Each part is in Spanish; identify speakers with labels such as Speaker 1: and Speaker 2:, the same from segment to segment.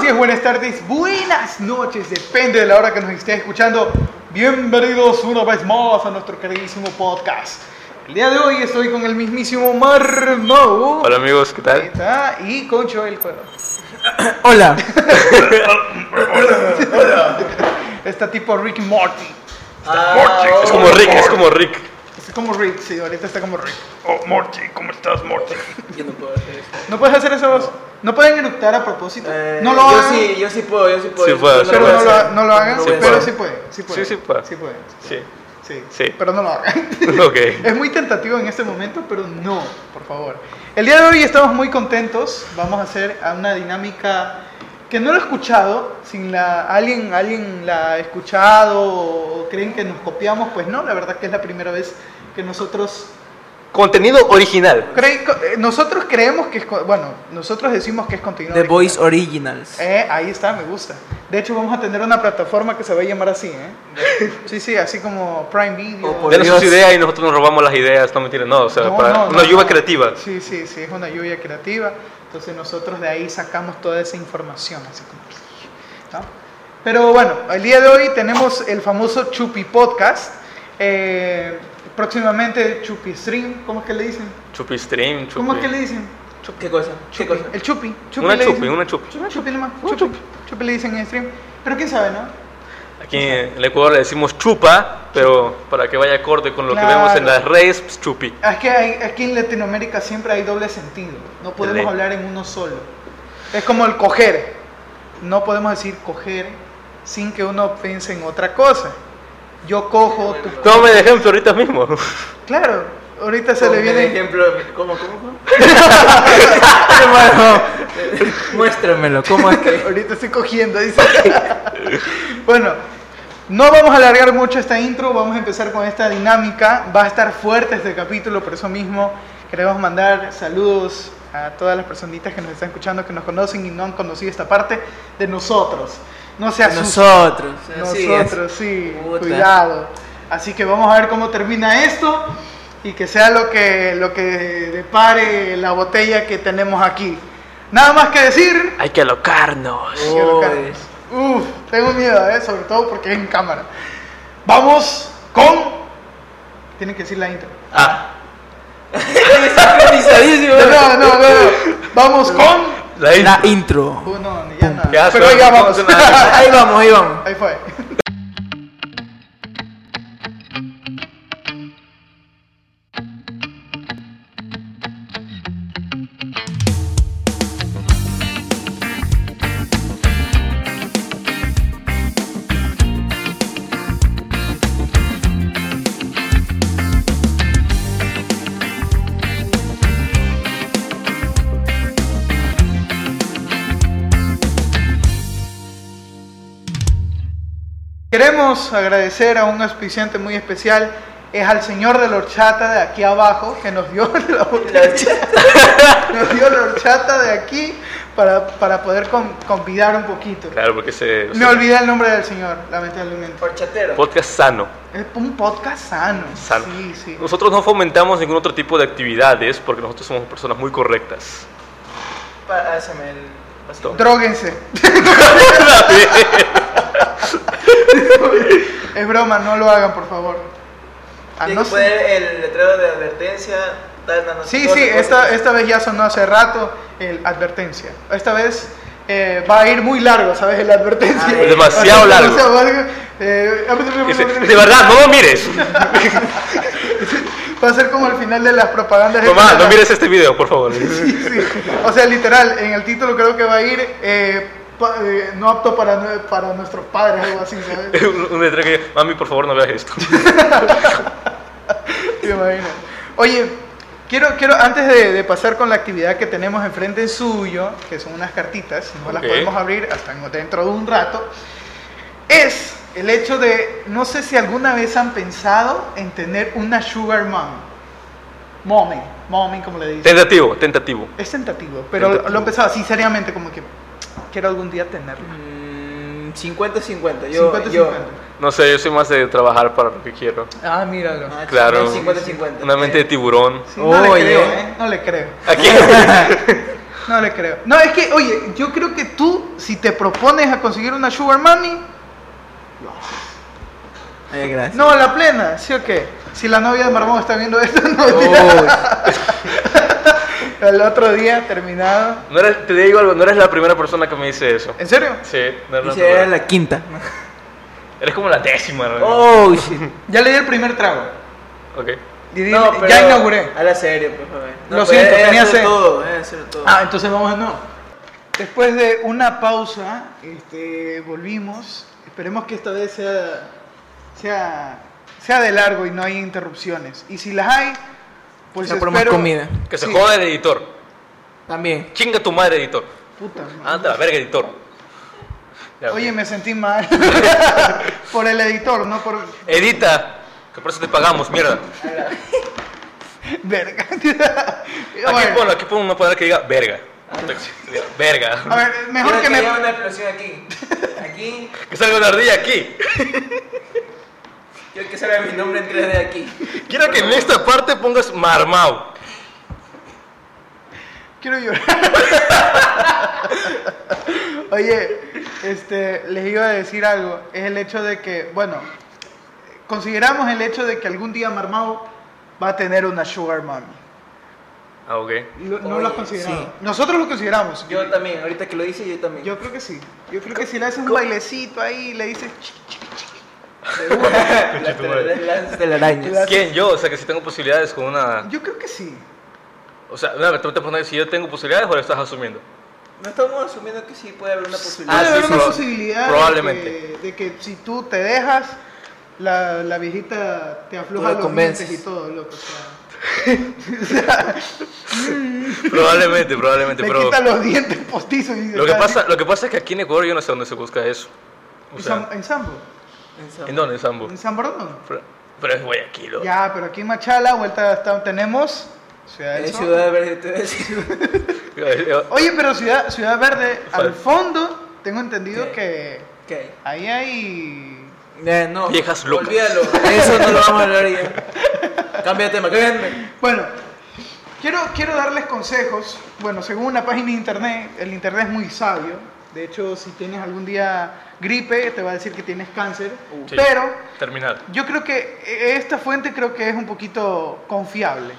Speaker 1: días, buenas tardes, buenas noches, depende de la hora que nos estés escuchando. Bienvenidos una vez más a nuestro queridísimo podcast. El día de hoy estoy con el mismísimo Marno.
Speaker 2: Hola amigos, ¿qué
Speaker 1: Ahí
Speaker 2: tal?
Speaker 1: está, y con Joel Cueva.
Speaker 3: Hola.
Speaker 1: Está tipo Rick y Morty.
Speaker 2: Es como Rick, es como Rick.
Speaker 1: Está como Rick, sí, ahorita está como Rick.
Speaker 2: Oh, Morty, ¿cómo estás, Morty?
Speaker 3: Yo no puedo hacer eso.
Speaker 1: ¿No puedes hacer eso? ¿No pueden eructar a propósito?
Speaker 3: Eh,
Speaker 1: no lo
Speaker 3: yo
Speaker 1: hagan.
Speaker 3: Sí, yo sí puedo, yo sí puedo.
Speaker 2: Sí
Speaker 3: yo
Speaker 2: puedo, sí
Speaker 1: pero
Speaker 2: puedo
Speaker 1: no
Speaker 2: puede
Speaker 1: lo,
Speaker 2: ser.
Speaker 1: ha- no lo hagan,
Speaker 2: Sí
Speaker 1: pero
Speaker 2: puede.
Speaker 1: sí pueden. Sí pueden.
Speaker 2: Sí, sí puede.
Speaker 1: Sí pueden.
Speaker 2: Sí.
Speaker 1: Sí,
Speaker 2: Sí.
Speaker 1: pero no lo hagan.
Speaker 2: Ok.
Speaker 1: Es muy tentativo en este momento, pero no, por favor. El día de hoy estamos muy contentos. Vamos a hacer a una dinámica que no lo he escuchado. Sin la alguien, alguien la ha escuchado o creen que nos copiamos, pues no. La verdad que es la primera vez que nosotros
Speaker 2: Contenido original.
Speaker 1: cre- co- eh, nosotros creemos que es co- bueno, nosotros decimos que es contenido.
Speaker 3: The
Speaker 1: original.
Speaker 3: Voice Originals.
Speaker 1: Eh, ahí está, me gusta. De hecho, vamos a tener una plataforma que se va a llamar así, ¿eh? Sí, sí, así como Prime Video.
Speaker 3: O por
Speaker 2: Denos sus
Speaker 3: Dios.
Speaker 2: ideas y nosotros nos robamos las ideas, no mentiras, no, o sea,
Speaker 1: No,
Speaker 2: para
Speaker 1: no,
Speaker 2: una
Speaker 1: no,
Speaker 2: lluvia
Speaker 1: no.
Speaker 2: creativa.
Speaker 1: Sí, sí, sí, es una lluvia creativa. Entonces nosotros de ahí sacamos toda esa información, así como... ¿no? Pero bueno, el día de hoy tenemos el famoso Chupi Podcast. eh, próximamente Chupi Stream, ¿cómo es que le dicen?
Speaker 2: Chupi stream, chupi.
Speaker 1: ¿Cómo es que le dicen?
Speaker 3: ¿Qué cosa? ¿Qué cosa?
Speaker 1: El Chupi. chupi
Speaker 2: Una
Speaker 1: le
Speaker 2: chupi,
Speaker 1: dicen.
Speaker 2: una chupi.
Speaker 1: Una chupi nomás.
Speaker 2: Una
Speaker 1: Chupi. Chupi le dicen en stream. Pero quién sabe, ¿no?
Speaker 2: Aquí en el Ecuador le decimos chupa, pero para que vaya acorde con lo que
Speaker 1: Claro.
Speaker 2: vemos en las redes, pues, chupi.
Speaker 1: Es que hay- aquí en Latinoamérica siempre hay doble sentido. No podemos
Speaker 2: Dele.
Speaker 1: hablar en uno solo. Es como el coger. No podemos decir coger sin que uno piense en otra cosa. Yo cojo. tú-
Speaker 2: Tome de ejemplo ahorita mismo.
Speaker 1: Claro, ahorita se
Speaker 3: Ponme
Speaker 1: le
Speaker 3: de
Speaker 1: viene.
Speaker 3: ejemplo, ¿cómo, cómo, cómo? Hermano, muéstramelo, ¿cómo es que?
Speaker 1: Ahorita estoy cogiendo, dice. bueno, no vamos a alargar mucho esta intro, vamos a empezar con esta dinámica. Va a estar fuerte este capítulo, por eso mismo queremos mandar saludos a todas las personitas que nos están escuchando, que nos conocen y no han conocido esta parte de nosotros. No se asusten.
Speaker 3: Nosotros.
Speaker 1: Nosotros, sí,
Speaker 3: Puta.
Speaker 1: cuidado. Así que vamos a ver cómo termina esto y que sea lo que, lo que depare la botella que tenemos aquí. Nada más que decir,
Speaker 2: Hay que alocarnos.
Speaker 1: Quiero
Speaker 3: Oy.
Speaker 1: carnes. Uf, tengo miedo, ¿eh? sobre todo porque es en cámara. Vamos con. Tienen que decir la intro.
Speaker 2: Ah,
Speaker 3: Es sincronizadísimo.
Speaker 1: No, no, no, no. Vamos con.
Speaker 2: la
Speaker 3: La
Speaker 2: intro.
Speaker 3: intro.
Speaker 1: Uh, no, ya nada.
Speaker 2: Ya
Speaker 1: Pero
Speaker 2: suena,
Speaker 1: ya
Speaker 2: suena,
Speaker 1: vamos.
Speaker 2: suena.
Speaker 3: Ahí vamos, ahí vamos.
Speaker 1: Ahí fue. Queremos agradecer a un auspiciante muy especial. Es al señor de la horchata de aquí abajo que nos dio la nos dio la horchata de aquí para, para poder con- convidar un poquito.
Speaker 2: Claro, porque se.
Speaker 1: Me olvidé el nombre del señor, lamentablemente.
Speaker 3: Horchatero.
Speaker 2: Podcast sano.
Speaker 1: Es un podcast sano.
Speaker 2: Sano.
Speaker 1: Sí, sí.
Speaker 2: Nosotros no fomentamos ningún otro tipo de actividades porque nosotros somos personas muy correctas.
Speaker 3: Pásame el pasito.
Speaker 1: Dróguense. es broma, no lo hagan, por favor. A
Speaker 3: Tiene
Speaker 1: Ah, no
Speaker 3: que
Speaker 1: ser-
Speaker 3: poner el letrero de advertencia. tal, no, no sé
Speaker 1: Sí,
Speaker 3: cosa,
Speaker 1: sí,
Speaker 3: cosa,
Speaker 1: esta,
Speaker 3: cosa.
Speaker 1: esta vez ya sonó hace rato el advertencia. Esta vez eh, va a ir muy largo, ¿sabes? El advertencia.
Speaker 3: Ay.
Speaker 2: Ah, Demasiado
Speaker 1: Va a ser
Speaker 2: largo.
Speaker 1: demasiado largo. Eh,
Speaker 2: Dice, de verdad, no lo mires.
Speaker 1: va a ser como el final de las propagandas.
Speaker 2: Mamá, no mires este video, por favor.
Speaker 1: Sí, sí. O sea, literal, en el título creo que va a ir eh, pa- eh, no apto para, nue- para nuestros padres, algo así, ¿sabes?
Speaker 2: Un un letrero que mami, por favor, no veas esto.
Speaker 1: Te imaginas. Oye, quiero, quiero antes de, de pasar con la actividad que tenemos enfrente suyo, que son unas cartitas, no las
Speaker 2: Ok.
Speaker 1: podemos abrir hasta en- dentro de un rato, es el hecho de, no sé si alguna vez han pensado en tener una sugar mom. Mommy, mommy como le dicen.
Speaker 2: Tentativo, tentativo.
Speaker 1: Es tentativo, pero lo-
Speaker 2: Tentativo.
Speaker 1: lo he pensado así seriamente, como que quiero algún día tenerlo.
Speaker 3: Mm, 50-50. Yo,
Speaker 1: 50-50.
Speaker 3: yo.
Speaker 2: No sé, yo soy más de trabajar para lo que quiero.
Speaker 1: Ah, míralo.
Speaker 3: Ah,
Speaker 2: Claro.
Speaker 3: 50-50.
Speaker 2: Una mente de tiburón.
Speaker 1: Sí, no le
Speaker 3: Oye.
Speaker 1: creo, ¿eh? No le creo.
Speaker 2: Aquí.
Speaker 1: No le creo. No, es que, oye, yo creo que tú, si te propones a conseguir una Sugar Mami,
Speaker 3: Eh, gracias.
Speaker 1: no, a la plena, ¿sí o qué? Si la novia de Marmón está viendo esto, no.
Speaker 3: Oh.
Speaker 1: El otro día terminado.
Speaker 2: No eres- te digo algo, no eres la primera persona que me dice eso.
Speaker 1: ¿En serio?
Speaker 2: Sí, no eres, la
Speaker 3: Dice, era
Speaker 2: primera.
Speaker 3: la quinta.
Speaker 2: Eres como la décima, ¿no?
Speaker 3: Oh, shit.
Speaker 1: Ya le di el primer trago.
Speaker 2: Ok.
Speaker 1: Y di- Ya inauguré.
Speaker 3: A la serie, por favor.
Speaker 1: Lo
Speaker 3: pero
Speaker 1: siento,
Speaker 3: era
Speaker 1: tenía
Speaker 3: hacer
Speaker 1: sed.
Speaker 3: todo, era hacer todo.
Speaker 1: Ah, entonces vamos a no. Después de una pausa, este, volvimos. Esperemos que esta vez sea, sea, sea de largo y no hay interrupciones. Y si las hay, pues
Speaker 3: Ya por más
Speaker 1: espero...
Speaker 3: comida.
Speaker 2: Que se
Speaker 1: Sí.
Speaker 2: joda el editor.
Speaker 3: También.
Speaker 2: Chinga tu madre, editor.
Speaker 1: Puta madre.
Speaker 2: Anda, a la verga, editor. Ya, ok.
Speaker 1: Oye, me sentí mal. por el editor, no por...
Speaker 2: Edita, que por eso te pagamos, mierda.
Speaker 1: Verga.
Speaker 2: Aquí
Speaker 1: Bueno,
Speaker 2: ponlo, aquí pongo una palabra que diga verga.
Speaker 1: a
Speaker 2: Verga.
Speaker 1: ver, mejor que me...
Speaker 3: haya una explosión aquí. Aquí.
Speaker 2: Que salga una ardilla aquí.
Speaker 3: Quiero que salga mi nombre en 3D aquí.
Speaker 2: Quiero que en esta parte pongas marmao.
Speaker 1: Quiero llorar. Oye, este, les iba a decir algo. Es el hecho de que, bueno, consideramos el hecho de que algún día Marmao va a tener una Sugar Mommy.
Speaker 2: Ah, ok.
Speaker 1: Lo- no
Speaker 3: Oye,
Speaker 1: lo has considerado.
Speaker 3: sí.
Speaker 1: Nosotros lo consideramos.
Speaker 3: Yo también, ahorita que lo dice, yo también.
Speaker 1: Yo creo que sí. Yo creo que si le haces un bailecito ahí y le dices. "Chi".
Speaker 3: las telarañas. telarañas.
Speaker 2: ¿Quién? Yo, o sea, que si tengo posibilidades con una.
Speaker 1: Yo creo que sí.
Speaker 2: O sea, no, te te pones si yo tengo posibilidades o lo estás asumiendo.
Speaker 3: No estamos asumiendo que sí puede haber una
Speaker 1: Puede
Speaker 2: Ah,
Speaker 3: posibilidad.
Speaker 2: sí,
Speaker 1: haber una
Speaker 2: proba-
Speaker 1: posibilidad
Speaker 2: probablemente.
Speaker 1: De, que, de que si tú te dejas, la, la viejita te afloja
Speaker 3: la
Speaker 1: los
Speaker 3: convences.
Speaker 1: dientes y todo, loco. o sea.
Speaker 2: Probablemente, probablemente,
Speaker 1: Le
Speaker 2: pero.
Speaker 1: quita los dientes postizos y
Speaker 2: Lo que, pasa, lo que pasa es que aquí en Ecuador yo no sé dónde se busca eso. O
Speaker 1: En
Speaker 2: sea,
Speaker 1: Sam- en Sambo.
Speaker 3: En San-
Speaker 2: ¿en dónde? En Sambo.
Speaker 1: En San Borondón.
Speaker 2: Pero, pero es Guayaquil. ¿no?
Speaker 1: Ya, pero aquí en Machala, vuelta hasta tenemos Ciudad del
Speaker 3: En
Speaker 1: Sol.
Speaker 3: Ciudad Verde, te voy a decir.
Speaker 2: Eh,
Speaker 1: Oye, pero Ciudad, Ciudad Verde,
Speaker 2: Fal-
Speaker 1: al fondo, tengo entendido
Speaker 3: Sí.
Speaker 1: que ahí hay.
Speaker 3: Eh, no.
Speaker 2: Viejas locas.
Speaker 3: Olvídalo. Eso no lo vamos a hablar ya. Cambia de tema, cambia de tema.
Speaker 1: Bueno, quiero, quiero darles consejos. Bueno, según una página de internet, el internet es muy sabio. De hecho, si tienes algún día gripe, te va a decir que tienes cáncer.
Speaker 2: Uh, Sí.
Speaker 1: Pero
Speaker 2: Terminal.
Speaker 1: Yo creo que eh, esta fuente creo que es un poquito confiable.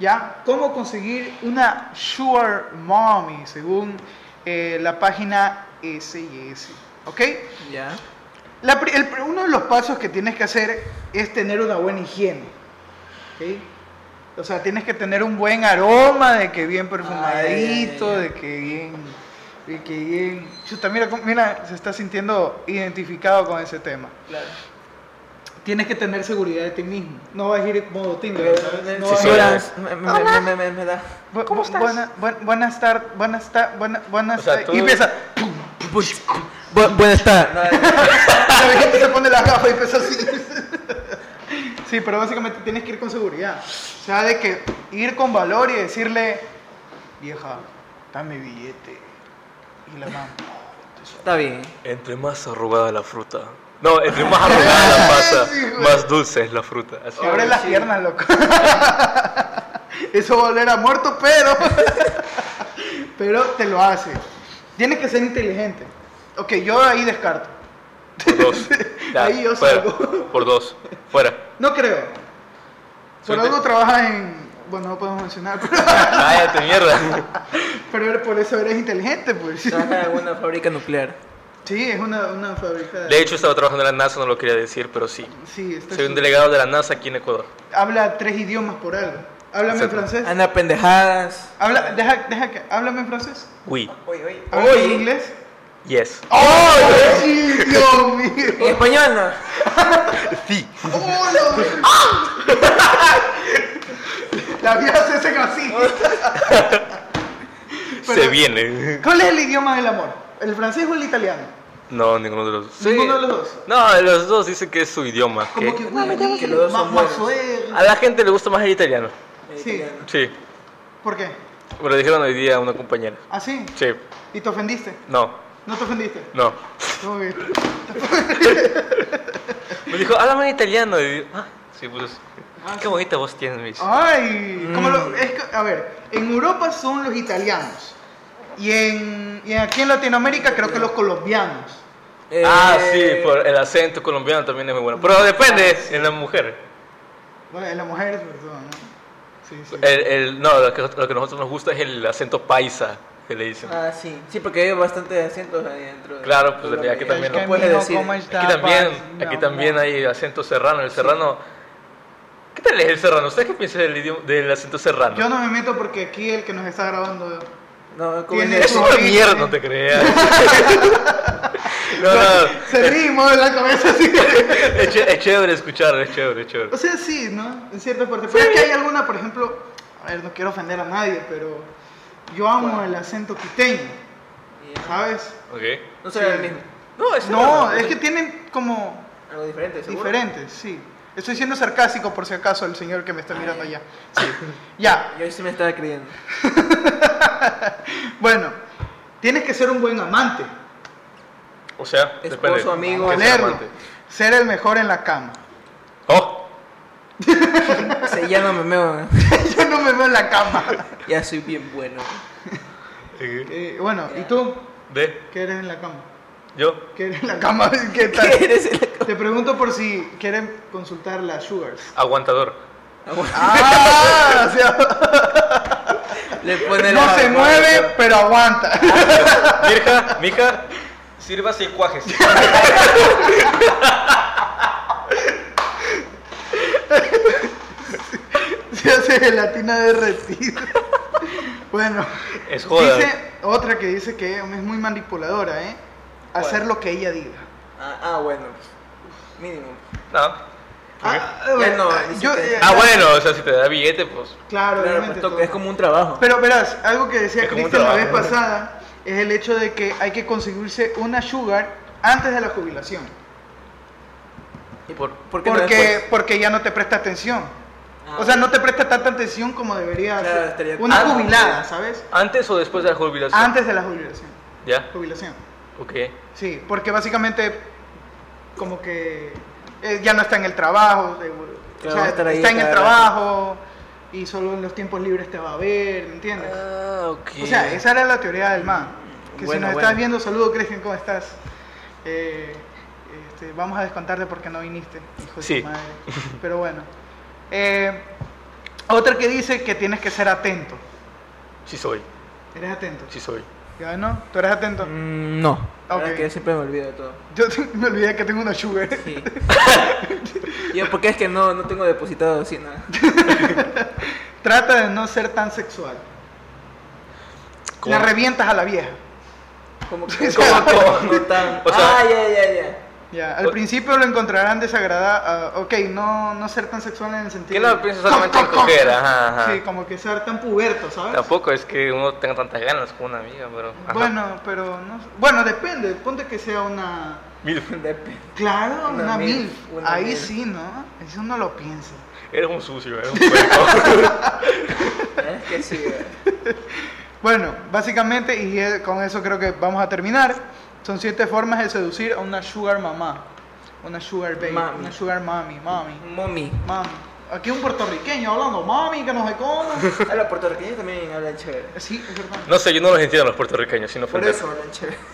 Speaker 1: ¿Ya? ¿Cómo conseguir una Sure Mommy según eh, la página S&S? ¿Ok?
Speaker 3: Ya.
Speaker 1: La pri- el pr- uno de los pasos que tienes que hacer es tener una buena higiene. ¿Ok? O sea, tienes que tener un buen aroma de que bien perfumadito,
Speaker 3: Ay, ay, ay, ay.
Speaker 1: de que bien... De que bien... Chuta, mira, cómo- mira, se está sintiendo identificado con ese tema
Speaker 3: Claro.
Speaker 1: tienes que tener seguridad de ti mismo. No vas a ir en modo Tinder. ¿sabes? No
Speaker 2: eh, Sí,
Speaker 1: vas
Speaker 2: sí.
Speaker 1: a ir-
Speaker 2: Hola.
Speaker 3: Me, me- me- me- me- me da.
Speaker 1: Bu- bu- buena- buen- buenas tardes, buenas tardes, buenas, buenas
Speaker 2: O sea,
Speaker 1: tar-
Speaker 2: tú-
Speaker 1: Y empieza.
Speaker 3: buenas tardes.
Speaker 1: La gente se pone las gafas y empieza así. Sí, pero básicamente tienes que ir con seguridad. O sea, de que ir con valor y decirle, vieja, dame billete. Y la mamá.
Speaker 3: Está bien.
Speaker 2: Entre más arrugada la fruta. No, entre más arrugada la masa,
Speaker 1: Sí, güey.
Speaker 2: más dulce es la fruta. Así.
Speaker 1: Y abre las
Speaker 3: sí.
Speaker 1: piernas, loco. Eso va a oler a muerto, pero. pero te lo hace. Tienes que ser inteligente. Ok, yo ahí descarto.
Speaker 2: Por dos.
Speaker 1: Ahí yo
Speaker 2: fuera.
Speaker 1: salgo.
Speaker 2: Por dos. Fuera.
Speaker 1: No creo. Por
Speaker 2: Suerte.
Speaker 1: algo trabajas en. Bueno, no podemos mencionar, pero,
Speaker 2: Cállate, mierda.
Speaker 1: pero por eso eres inteligente, pues.
Speaker 3: Trabaja en una fábrica nuclear.
Speaker 1: Sí, es una, una fábrica.
Speaker 2: De hecho, estaba trabajando en la NASA, no lo quería decir, pero sí.
Speaker 1: Sí, está
Speaker 2: Soy un
Speaker 1: su-
Speaker 2: delegado de la NASA aquí en Ecuador.
Speaker 1: Habla tres idiomas por algo. Háblame en
Speaker 2: Exacto.
Speaker 1: francés.
Speaker 3: Anda pendejadas.
Speaker 1: Habla, deja, deja que. Háblame en francés.
Speaker 2: Oui.
Speaker 3: Oye, oye.
Speaker 1: Háblame en inglés.
Speaker 2: Yes.
Speaker 1: ¡Oh! sí, Dios mío!
Speaker 3: En español no.
Speaker 2: Sí.
Speaker 1: ¡Hola! La vida se hacen así.
Speaker 2: Se viene.
Speaker 1: ¿Cuál es el idioma del amor? ¿El francés o el italiano?
Speaker 2: No, ninguno de los dos.
Speaker 1: Ninguno de los dos.
Speaker 2: No, los dos dicen que es su idioma.
Speaker 1: Como
Speaker 2: que-
Speaker 1: que,
Speaker 3: me
Speaker 1: güey,
Speaker 3: tengo
Speaker 1: güey,
Speaker 3: que los dos
Speaker 1: ma-
Speaker 3: son buenos.
Speaker 1: mazuel.
Speaker 2: A la gente le gusta más el italiano.
Speaker 1: Sí.
Speaker 3: Italiano.
Speaker 2: Sí.
Speaker 1: ¿Por qué?
Speaker 2: Me lo dijeron hoy día a una compañera.
Speaker 1: ¿Así?
Speaker 2: Sí.
Speaker 1: ¿Y te ofendiste?
Speaker 2: No.
Speaker 1: ¿No te ofendiste?
Speaker 2: No.
Speaker 1: ¿Cómo que?
Speaker 2: Me dijo, háblame en italiano. Y ah, sí, pues.
Speaker 3: Ah,
Speaker 2: qué bonita voz tienes, Miss. Mm.
Speaker 1: Ay, como lo- es que- a ver, en Europa son los italianos. Y, en, y aquí en Latinoamérica creo que los colombianos.
Speaker 3: Eh,
Speaker 2: Ah, sí, por el acento colombiano también es muy bueno. Pero depende en la mujer.
Speaker 1: Bueno, la mujer es perdón, ¿no? Sí, sí.
Speaker 2: El, el- no, lo que, lo que a nosotros nos gusta es el acento paisa, que le dicen.
Speaker 3: Ah, sí. Sí, porque hay bastantes acentos ahí dentro. de-
Speaker 2: Claro, pues,
Speaker 3: de lo
Speaker 2: de aquí
Speaker 3: que-
Speaker 2: también,
Speaker 3: no
Speaker 2: ¿no?
Speaker 3: puedes
Speaker 1: Camino,
Speaker 3: decir.
Speaker 1: ¿cómo
Speaker 2: Aquí
Speaker 1: está,
Speaker 2: también,
Speaker 1: parce?
Speaker 2: aquí
Speaker 1: Mi
Speaker 2: también
Speaker 1: amor.
Speaker 2: hay acento serrano. El serrano. ¿Qué tal es el serrano? ¿Ustedes qué piensan del, idioma- del acento serrano?
Speaker 1: Yo no me meto porque aquí el que nos está grabando.
Speaker 3: No, ¿cómo
Speaker 1: Tiene
Speaker 3: es
Speaker 2: Es
Speaker 1: eso.
Speaker 3: eso?
Speaker 2: una mierda, no te creas. no, no.
Speaker 1: Se ríe y mueve la cabeza así.
Speaker 2: Es, ché- es chévere escucharlo, es chévere, es chévere.
Speaker 1: O sea, sí, ¿no? En cierta parte. Pero es que hay alguna, por ejemplo, a ver, no quiero ofender a nadie, pero yo amo el acento quiteño, ¿sabes?
Speaker 2: Ok.
Speaker 3: No será el
Speaker 1: Sí.
Speaker 3: mismo.
Speaker 2: No, es
Speaker 1: No, es que tienen como
Speaker 3: Algo diferente, seguro.
Speaker 1: diferentes, sí. Estoy siendo sarcástico por si acaso el señor que me está mirando allá. Sí. Ya,
Speaker 3: Yo sí me estaba creyendo.
Speaker 1: bueno, tienes que ser un buen amante,
Speaker 2: O sea,
Speaker 3: Esposo,
Speaker 2: depende.
Speaker 3: amigo,
Speaker 2: Que sea
Speaker 1: valerlo,
Speaker 2: amante.
Speaker 1: ser el mejor en la cama.
Speaker 2: Oh,
Speaker 3: Se ya no me meo. ¿no?
Speaker 1: Yo no me veo en la cama.
Speaker 3: Ya soy bien bueno.
Speaker 2: ok.
Speaker 1: Eh, bueno, ¿y tú
Speaker 2: de,
Speaker 1: qué eres en la cama?
Speaker 2: yo.
Speaker 1: ¿Qué eres en la cama? ¿Qué tal?
Speaker 3: ¿Qué eres? el-
Speaker 1: Te pregunto por si quieren consultar las sugars.
Speaker 2: Aguantador.
Speaker 3: Ah, bueno.
Speaker 1: Ah, o sea,
Speaker 3: Le pone la
Speaker 1: no se mueve, pero aguanta.
Speaker 2: Mirja, mija.
Speaker 4: Sírvase y cuajes.
Speaker 1: Se hace gelatina derretida. Bueno,
Speaker 2: Es joda.
Speaker 1: dice otra que dice que es muy manipuladora, ¿eh? Hacer lo que ella diga.
Speaker 3: Ah, ah, bueno. Mínimo.
Speaker 2: No.
Speaker 1: Ah,
Speaker 3: Ya no,
Speaker 1: ah,
Speaker 3: dice
Speaker 1: yo-
Speaker 3: que-
Speaker 1: eh,
Speaker 2: Ah, bueno, o sea, si te da billete, pues.
Speaker 1: Claro,
Speaker 3: Claro,
Speaker 1: obviamente
Speaker 3: pues, to-
Speaker 1: todo.
Speaker 3: es como un trabajo.
Speaker 1: Pero verás, algo que decía
Speaker 2: Es como un
Speaker 1: Cristian la vez
Speaker 2: trabajo, ¿no?
Speaker 1: pasada es el hecho de que hay que conseguirse una sugar antes de la jubilación.
Speaker 3: ¿Y por, por qué no
Speaker 1: Porque,
Speaker 3: después?
Speaker 1: porque ya no te presta atención.
Speaker 3: Ah,
Speaker 1: O sea, no te presta tanta atención como debería
Speaker 3: Claro,
Speaker 1: hacer.
Speaker 3: estaría- Pues
Speaker 1: Una
Speaker 2: Ah, no.
Speaker 1: jubilada, ¿sabes?
Speaker 2: ¿Antes o después de la jubilación?
Speaker 1: Antes de la jubilación.
Speaker 2: Ya,
Speaker 1: Jubilación.
Speaker 2: ok.
Speaker 1: Sí, porque básicamente como que eh, ya no está en el trabajo. de- o
Speaker 3: Claro, va
Speaker 1: sea,
Speaker 3: a estar ahí
Speaker 1: está en el
Speaker 3: cada
Speaker 1: trabajo y solo en los tiempos libres te va a ver, ¿me entiendes?
Speaker 2: Ah, ok.
Speaker 1: O sea, esa era la teoría del man. Que si
Speaker 3: Bueno,
Speaker 1: nos
Speaker 3: bueno.
Speaker 1: estás viendo, saludo Cristian, ¿cómo estás? Eh, este, vamos a descontarte porque no viniste, hijo de
Speaker 2: Sí.
Speaker 1: tu madre. Pero bueno. Eh, otra que dice que tienes que ser atento.
Speaker 2: Sí soy,
Speaker 1: ¿Eres atento?
Speaker 2: sí soy.
Speaker 1: ¿Ya no? ¿Tú eres atento?
Speaker 3: Mm, no. La
Speaker 1: Ah,
Speaker 3: verdad
Speaker 1: Ok.
Speaker 3: que yo siempre me olvido de todo.
Speaker 1: Yo me olvidé que tengo una sugar.
Speaker 3: Sí. yo, porque es que no, no tengo depositado así nada.
Speaker 1: Trata de no ser tan sexual.
Speaker 2: ¿Cómo?
Speaker 1: La revientas a la vieja.
Speaker 3: Como que
Speaker 2: como-
Speaker 3: como-
Speaker 2: como-
Speaker 3: no tan.
Speaker 2: o sea-
Speaker 3: ah, ya, ya, ya.
Speaker 1: Ya, al
Speaker 2: O-
Speaker 1: principio lo encontrarán desagradable. ah, ok, no, no ser tan sexual en el sentido.
Speaker 2: Que no
Speaker 1: de-
Speaker 2: pienso solamente en coger, ajá, ajá.
Speaker 1: Sí, como que ser tan puberto, ¿sabes?
Speaker 2: Tampoco es que uno tenga tantas ganas con una amiga, pero. ajá.
Speaker 1: Bueno, pero no. Bueno, depende. Ponte que sea una.
Speaker 2: Mil-
Speaker 3: Dep-
Speaker 1: Claro, una,
Speaker 3: Una
Speaker 1: mil.
Speaker 3: milf, una
Speaker 1: Ahí
Speaker 3: milf.
Speaker 1: sí, ¿no? Eso no lo piensa.
Speaker 2: Eres un sucio, eres un puerco.
Speaker 3: Es que sí. eh.
Speaker 1: Bueno, básicamente, y eh, con eso creo que vamos a terminar. Son siete formas de seducir a una sugar mamá. Una sugar baby.
Speaker 3: Mami.
Speaker 1: Una sugar mami, mami.
Speaker 3: Mommy.
Speaker 1: Mami. Aquí un puertorriqueño hablando, mami, que no sé cómo.
Speaker 3: Ah, los puertorriqueños también hablan chévere.
Speaker 1: Sí, es verdad.
Speaker 2: No sé, yo no los entiendo los puertorriqueños, sino
Speaker 3: Por eso hablan chévere.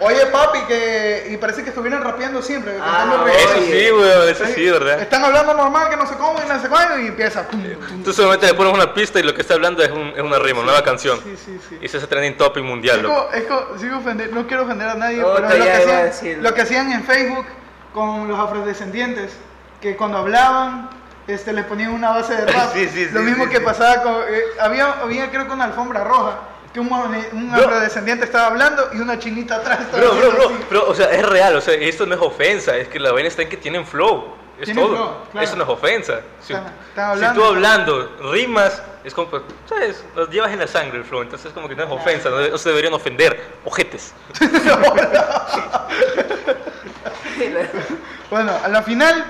Speaker 1: Oye, papi, que. Y parece que estuvieran rapeando siempre. cantando
Speaker 3: Ah,
Speaker 1: reggaetón.
Speaker 2: Eso
Speaker 3: Oye.
Speaker 2: sí, weón, eso sí, ¿verdad?
Speaker 1: Están hablando normal, que no sé cómo, y no sé cuándo, y empieza. tum, tum.
Speaker 2: Tú solamente le pones una pista y lo que está hablando es, un- es una rima, una nueva canción.
Speaker 1: Sí, sí, sí.
Speaker 2: Y se hace trending topic mundial,
Speaker 1: Es
Speaker 2: loco.
Speaker 1: como- es como- sigo ofender- no quiero ofender a nadie,
Speaker 3: Otra,
Speaker 1: pero es lo que,
Speaker 3: ya iba a
Speaker 1: hacían,
Speaker 3: decirlo.
Speaker 1: lo que hacían en Facebook con los afrodescendientes, que cuando hablaban este, les ponían una base de rap.
Speaker 2: Sí, sí, sí,
Speaker 1: lo mismo
Speaker 2: sí,
Speaker 1: que
Speaker 2: sí.
Speaker 1: pasaba con... eh, había, había creo que una alfombra roja, que un, un afrodescendiente estaba hablando y una chinita atrás estaba
Speaker 2: Bro, bro,
Speaker 1: haciendo
Speaker 2: bro,
Speaker 1: así.
Speaker 2: bro, o sea, es real, o sea, esto no es ofensa, es que la vaina está en que tienen flow, es
Speaker 1: Tienen
Speaker 2: todo.
Speaker 1: flow, claro.
Speaker 2: Eso no es ofensa. Si,
Speaker 1: Están- están
Speaker 2: si tú hablando rimas, es como, pues, ¿sabes? Los llevas en la sangre el flow, entonces como que no es ofensa, no, no se deberían ofender, ojetes.
Speaker 1: Bueno, a la final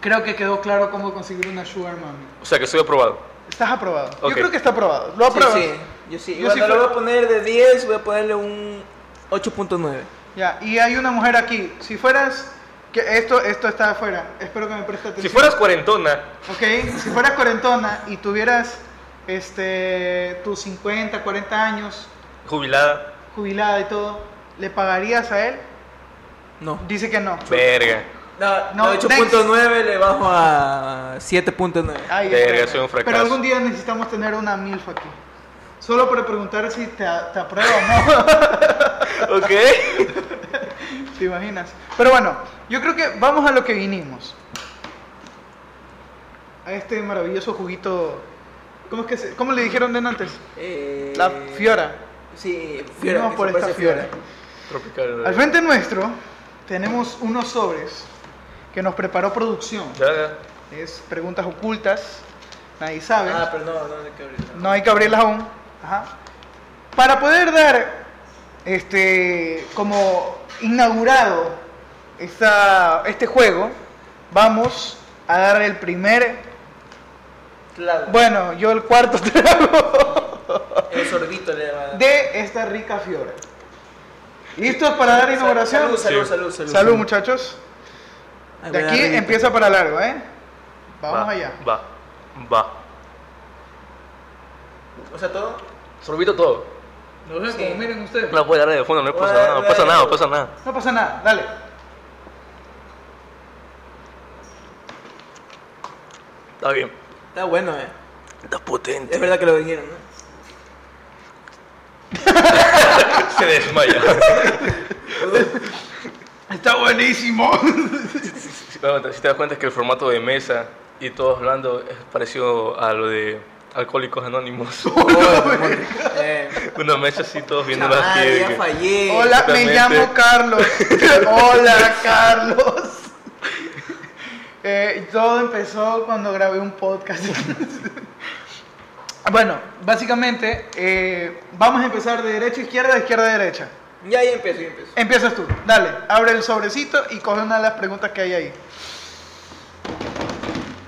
Speaker 1: creo que quedó claro cómo conseguir una sugar mami.
Speaker 2: O sea, que soy aprobado.
Speaker 1: Estás aprobado.
Speaker 2: Ok.
Speaker 1: Yo creo que está aprobado. Lo
Speaker 3: Sí,
Speaker 1: apruebas.
Speaker 3: sí. Yo sí.
Speaker 1: Yo
Speaker 3: Yo
Speaker 1: sí
Speaker 3: lo
Speaker 1: fue-
Speaker 3: voy a poner de 10, voy a ponerle un 8.9.
Speaker 1: Ya, y hay una mujer aquí. Si fueras. Que esto, esto está afuera. Espero que me preste atención.
Speaker 2: Si fueras cuarentona,
Speaker 1: Ok, si fueras cuarentona y tuvieras este, tus 50, 40 años,
Speaker 2: Jubilada.
Speaker 1: jubilada y todo, ¿le pagarías a él?
Speaker 3: No.
Speaker 1: Dice que no.
Speaker 2: Verga.
Speaker 3: No,
Speaker 1: No,
Speaker 3: no 8.9 le bajo a 7.9.
Speaker 1: Ay,
Speaker 2: Verga,
Speaker 1: espera.
Speaker 2: soy un fracaso.
Speaker 1: Pero algún día necesitamos tener una MILF aquí. Solo para preguntar si te, te aprueba o no.
Speaker 2: Ok.
Speaker 1: ¿Te imaginas? Pero bueno, yo creo que vamos a lo que vinimos. A este maravilloso juguito. ¿Cómo, es que se- cómo le dijeron de antes?
Speaker 3: Eh,
Speaker 1: La Fiora.
Speaker 3: Sí, Fiora.
Speaker 1: Fuimos
Speaker 3: que
Speaker 1: por
Speaker 3: se
Speaker 1: esta
Speaker 3: parece a
Speaker 1: Fiora.
Speaker 2: Tropical.
Speaker 1: Al frente nuestro tenemos unos sobres que nos preparó producción.
Speaker 2: Ya, ya.
Speaker 1: Es preguntas ocultas. Nadie sabe.
Speaker 3: Ah, pero no, no, no, que abrirla.
Speaker 1: No hay que abrirlas aún. Ajá. Para poder dar este como inaugurado esta, este juego, vamos a dar el primer,
Speaker 3: Claro.
Speaker 1: bueno, yo el cuarto trago
Speaker 3: El sorbito le va a dar.
Speaker 1: de esta rica fiora. ¿Listos para dar
Speaker 3: Sal-
Speaker 1: inauguración?
Speaker 3: Salud, salud,
Speaker 2: Sí.
Speaker 3: salud, salud.
Speaker 1: Salud, muchachos.
Speaker 3: Ay,
Speaker 1: De
Speaker 3: voy a
Speaker 1: aquí
Speaker 3: darle.
Speaker 1: empieza para largo, ¿eh? Vamos
Speaker 2: Va,
Speaker 1: allá.
Speaker 2: Va. Va.
Speaker 3: O sea, todo.
Speaker 2: Sorbito todo.
Speaker 1: No sé,
Speaker 3: como miren
Speaker 1: ustedes.
Speaker 2: No puede darle de fondo, no pasa
Speaker 3: Bueno,
Speaker 2: nada, no pasa
Speaker 3: bueno.
Speaker 2: nada, no pasa nada.
Speaker 1: No pasa nada, dale.
Speaker 2: Está bien.
Speaker 3: Está bueno, eh.
Speaker 2: Está
Speaker 3: Es
Speaker 2: potente.
Speaker 3: verdad que lo vendieron, ¿no?
Speaker 2: Se desmaya.
Speaker 1: Está buenísimo.
Speaker 2: si, bueno, si te das cuenta es que el formato de mesa y todos hablando es parecido a lo de Alcohólicos Anónimos.
Speaker 3: Oh, Eh,
Speaker 2: Una mesa así, todos viendo las
Speaker 3: chaval, ya
Speaker 2: piedras.
Speaker 3: fallé.
Speaker 1: Hola, me
Speaker 2: Exactamente.
Speaker 1: llamo Carlos. Hola, Carlos. Eh, todo empezó cuando grabé un podcast. bueno, básicamente eh, vamos a empezar de derecha a izquierda, de izquierda a derecha.
Speaker 3: Ya, ya empezó, ya empezó.
Speaker 1: Empiezas tú, dale, abre el sobrecito y coge una de las preguntas que hay ahí.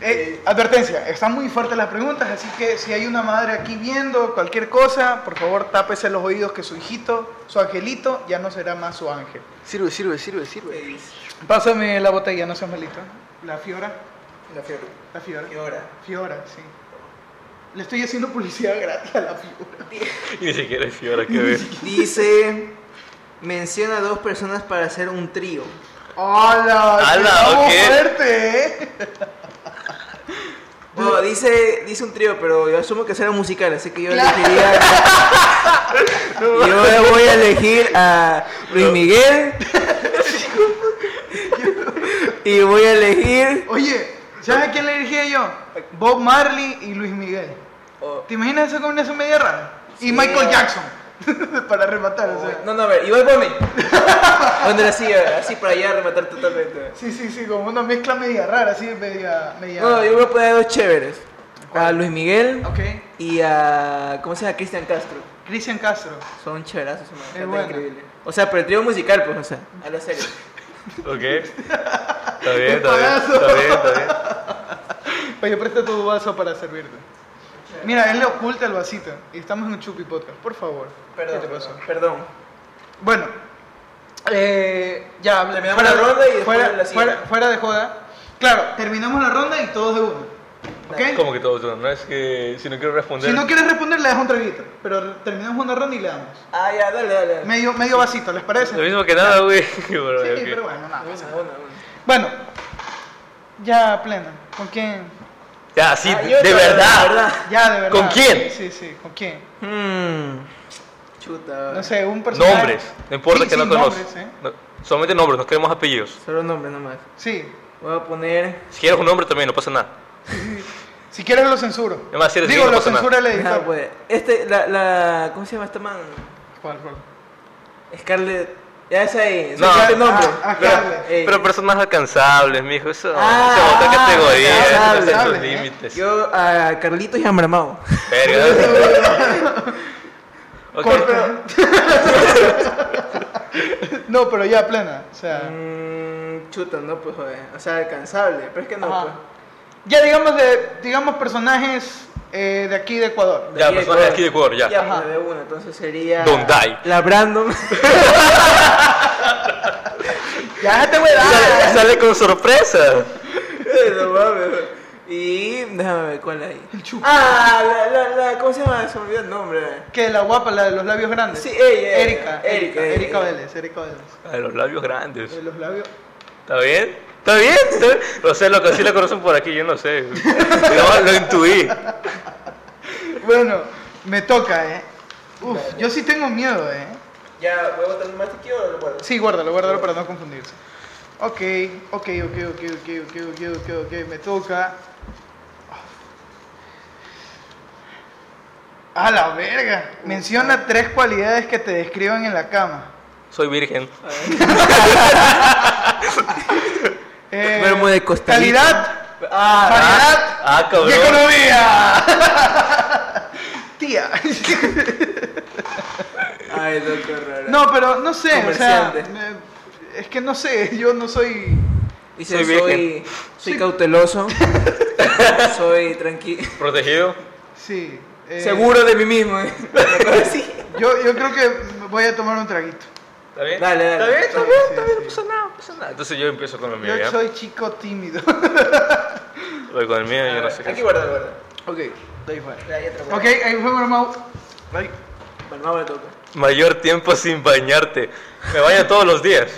Speaker 1: Eh, advertencia, están muy fuertes las preguntas, así que si hay una madre aquí viendo cualquier cosa, por favor tápese los oídos que su hijito, su angelito, ya no será más su ángel.
Speaker 2: Sirve, sirve, sirve, sirve.
Speaker 3: Eh,
Speaker 1: Pásame la botella, no seas malito. La fiora,
Speaker 3: La fiebre.
Speaker 1: la fiora.
Speaker 3: ¿Qué hora?
Speaker 1: Fiora, sí. Le estoy haciendo publicidad gratis a la fiora.
Speaker 2: Y ni siquiera es fiora que ver.
Speaker 3: Dice, menciona dos personas para hacer un trío.
Speaker 1: ¡Hala!
Speaker 2: ¡Hala,
Speaker 1: estamos
Speaker 2: ok!
Speaker 1: fuerte, eh!
Speaker 3: Bueno, dice, dice un trío, pero yo asumo que será musical, así que yo
Speaker 1: Claro.
Speaker 3: elegiría... yo voy a elegir a Luis Miguel. y voy a elegir...
Speaker 1: Oye, ¿sabes a quién le dirigía yo? Bob Marley y Luis Miguel.
Speaker 2: Oh.
Speaker 3: o-
Speaker 1: ¿Te imaginas esa combinación media rara? Y
Speaker 3: Sí.
Speaker 1: Michael Jackson. Para rematar, o sea.
Speaker 3: o- no, no, a ver, Iván Gómez. Donde así, así para allá rematar totalmente.
Speaker 1: Sí, sí, sí, como una mezcla media rara, así, media. media...
Speaker 3: No, yo voy a poner dos chéveres. A Luis Miguel
Speaker 1: Ok.
Speaker 3: y a... ¿Cómo se llama? Cristian Castro.
Speaker 1: Cristian Castro.
Speaker 3: Son chéverazos, hermano.
Speaker 1: Es
Speaker 3: Está
Speaker 1: bueno.
Speaker 3: increíble. O sea, pero el trío musical, pues, o sea, a lo serio.
Speaker 2: Ok. Está bien,
Speaker 1: Qué
Speaker 2: está bien.
Speaker 1: pagazo.
Speaker 2: Está bien, está bien.
Speaker 1: Oye, presta Pues tu vaso para servirte. Mira, él le oculta el vasito. Y estamos en un Chupi Podcast, por favor.
Speaker 3: Perdón,
Speaker 1: ¿Qué te pasó?
Speaker 3: perdón.
Speaker 1: Bueno, eh, ya habla-
Speaker 3: Terminamos la ronda y después
Speaker 1: fuera,
Speaker 3: la siguiente.
Speaker 1: fuera- fuera de joda. Claro, terminamos la ronda y todos de uno. ¿Ok?
Speaker 2: Como que todo, todo, no es que si no quiero responder.
Speaker 1: Si no quieres responder, le das un traguito. Pero terminamos una ronda y le damos.
Speaker 3: Ah, ya, dale, dale. dale.
Speaker 1: Medio, medio vasito, ¿les parece?
Speaker 2: Lo mismo que nada, güey. Bueno,
Speaker 1: Sí,
Speaker 2: ok.
Speaker 1: pero bueno, nada.
Speaker 3: Una, una, una.
Speaker 1: Bueno, ya plena. ¿Con quién?
Speaker 2: Ya, sí,
Speaker 3: Ah, yo
Speaker 2: de
Speaker 3: otra,
Speaker 2: verdad.
Speaker 3: de verdad.
Speaker 1: Ya, de verdad.
Speaker 2: ¿Con quién?
Speaker 1: Sí, sí, ¿con quién?
Speaker 3: Hmm. Chuta.
Speaker 1: No sé, un personaje.
Speaker 2: Nombres, no importa
Speaker 1: Sí,
Speaker 2: que
Speaker 1: sí,
Speaker 2: no conoces.
Speaker 1: nombres, ¿eh?
Speaker 2: No, solamente nombres, no queremos apellidos.
Speaker 3: Solo nombres nomás.
Speaker 1: Sí.
Speaker 3: Voy a poner.
Speaker 2: Si quieres un nombre también, no pasa nada.
Speaker 1: Si quieres, lo censuro.
Speaker 2: Es más, si eres
Speaker 1: Digo,
Speaker 2: gay, no
Speaker 1: lo
Speaker 2: pasa nada.
Speaker 1: censura el
Speaker 3: Ah,
Speaker 1: editor.
Speaker 3: pues. Este, la, la. ¿Cómo se llama esta man?
Speaker 1: ¿Cuál, cuál?
Speaker 3: Scarlett. Ya es ahí.
Speaker 2: No.
Speaker 3: Scarlett nombre.
Speaker 1: Ah, ah, Scarlett.
Speaker 3: Ey.
Speaker 2: Pero personas alcanzables, mijo, eso
Speaker 3: Ah,
Speaker 2: se bota categoría, no
Speaker 3: alcanzables,
Speaker 2: sé los
Speaker 1: alcanzables, ¿eh?
Speaker 2: límites.
Speaker 3: Yo a Carlitos y a Marmao.
Speaker 2: Verga. Ok.
Speaker 1: Corta. no, pero ya plena. O sea,
Speaker 3: Mm, chuta, no, pues, joder. O sea, alcanzable. Pero es que no,
Speaker 1: Ajá.
Speaker 3: pues.
Speaker 1: ya digamos de digamos personajes eh, de aquí de Ecuador.
Speaker 2: Ya, personaje de aquí de Ecuador, ya.
Speaker 3: Ya,
Speaker 1: Ajá.
Speaker 3: pues, de uno, entonces sería.
Speaker 2: Don't die.
Speaker 3: La Brandon.
Speaker 1: Ya te voy a dar.
Speaker 2: Sale, sale con sorpresa.
Speaker 3: no mames. Y déjame ver cuál hay.
Speaker 1: El chupa.
Speaker 3: Ah, la, la, la, ¿cómo se llama? Se me olvidó el nombre.
Speaker 1: Que la guapa, la de los labios grandes.
Speaker 3: Sí, ella, ella,
Speaker 1: Erika,
Speaker 3: ella,
Speaker 1: Erika,
Speaker 3: ella,
Speaker 1: Erika
Speaker 3: ella.
Speaker 1: Vélez, Erika Vélez.
Speaker 2: La de los labios grandes.
Speaker 1: De los labios.
Speaker 2: ¿Está bien? ¿Está bien? ¿Está bien? No sé, lo que sí la conocen por aquí, yo no sé. Yo lo intuí.
Speaker 1: Bueno, me toca, eh. Uf, yo sí tengo miedo, eh.
Speaker 3: Ya, ¿voy a botar más aquí o lo guardo?
Speaker 1: Sí, guárdalo, guárdalo para no confundirse. Ok, ok, ok, ok, ok, ok, ok, ok, ok, me toca. A la verga. Menciona tres cualidades que te describan en la cama.
Speaker 2: Soy virgen.
Speaker 1: Eh,
Speaker 3: Duermo de costalito.
Speaker 1: Calidad,
Speaker 3: Ah,
Speaker 1: variedad
Speaker 2: Ah,
Speaker 1: y
Speaker 2: cabrón.
Speaker 1: economía. Tía.
Speaker 3: Ay, no, qué horror.
Speaker 1: No, pero no sé, o sea,
Speaker 3: Comerciante.
Speaker 1: me- es que no sé, yo no soy
Speaker 3: Dice,
Speaker 2: Soy
Speaker 3: soy, soy,
Speaker 2: virgen.
Speaker 1: Sí.
Speaker 3: cauteloso. soy tranquilo.
Speaker 2: Protegido.
Speaker 1: sí. eh,
Speaker 3: Seguro de mí mismo, eh. Una cosa así.
Speaker 1: Yo, yo creo que voy a tomar un traguito.
Speaker 2: ¿Está bien?
Speaker 3: Dale, dale.
Speaker 2: ¿Está
Speaker 1: Sí,
Speaker 2: bien? ¿Está bien?
Speaker 1: sí,
Speaker 2: ¿Está bien? No
Speaker 1: sí.
Speaker 2: pasa nada, no pasa nada. Entonces yo empiezo con el mío,
Speaker 1: Yo
Speaker 2: ¿ya?
Speaker 1: soy chico tímido.
Speaker 2: Voy con el mío, yo no sé
Speaker 3: Ah, Aquí
Speaker 2: qué.
Speaker 3: guarda, guarda.
Speaker 1: ok, de ahí fuera.
Speaker 3: Ya, ya te lo guardo.
Speaker 1: Ok, ahí fue mi Mau. Ahí.
Speaker 3: Bueno, vamos a tocar.
Speaker 2: Mayor tiempo sin bañarte. Me baño todos los días.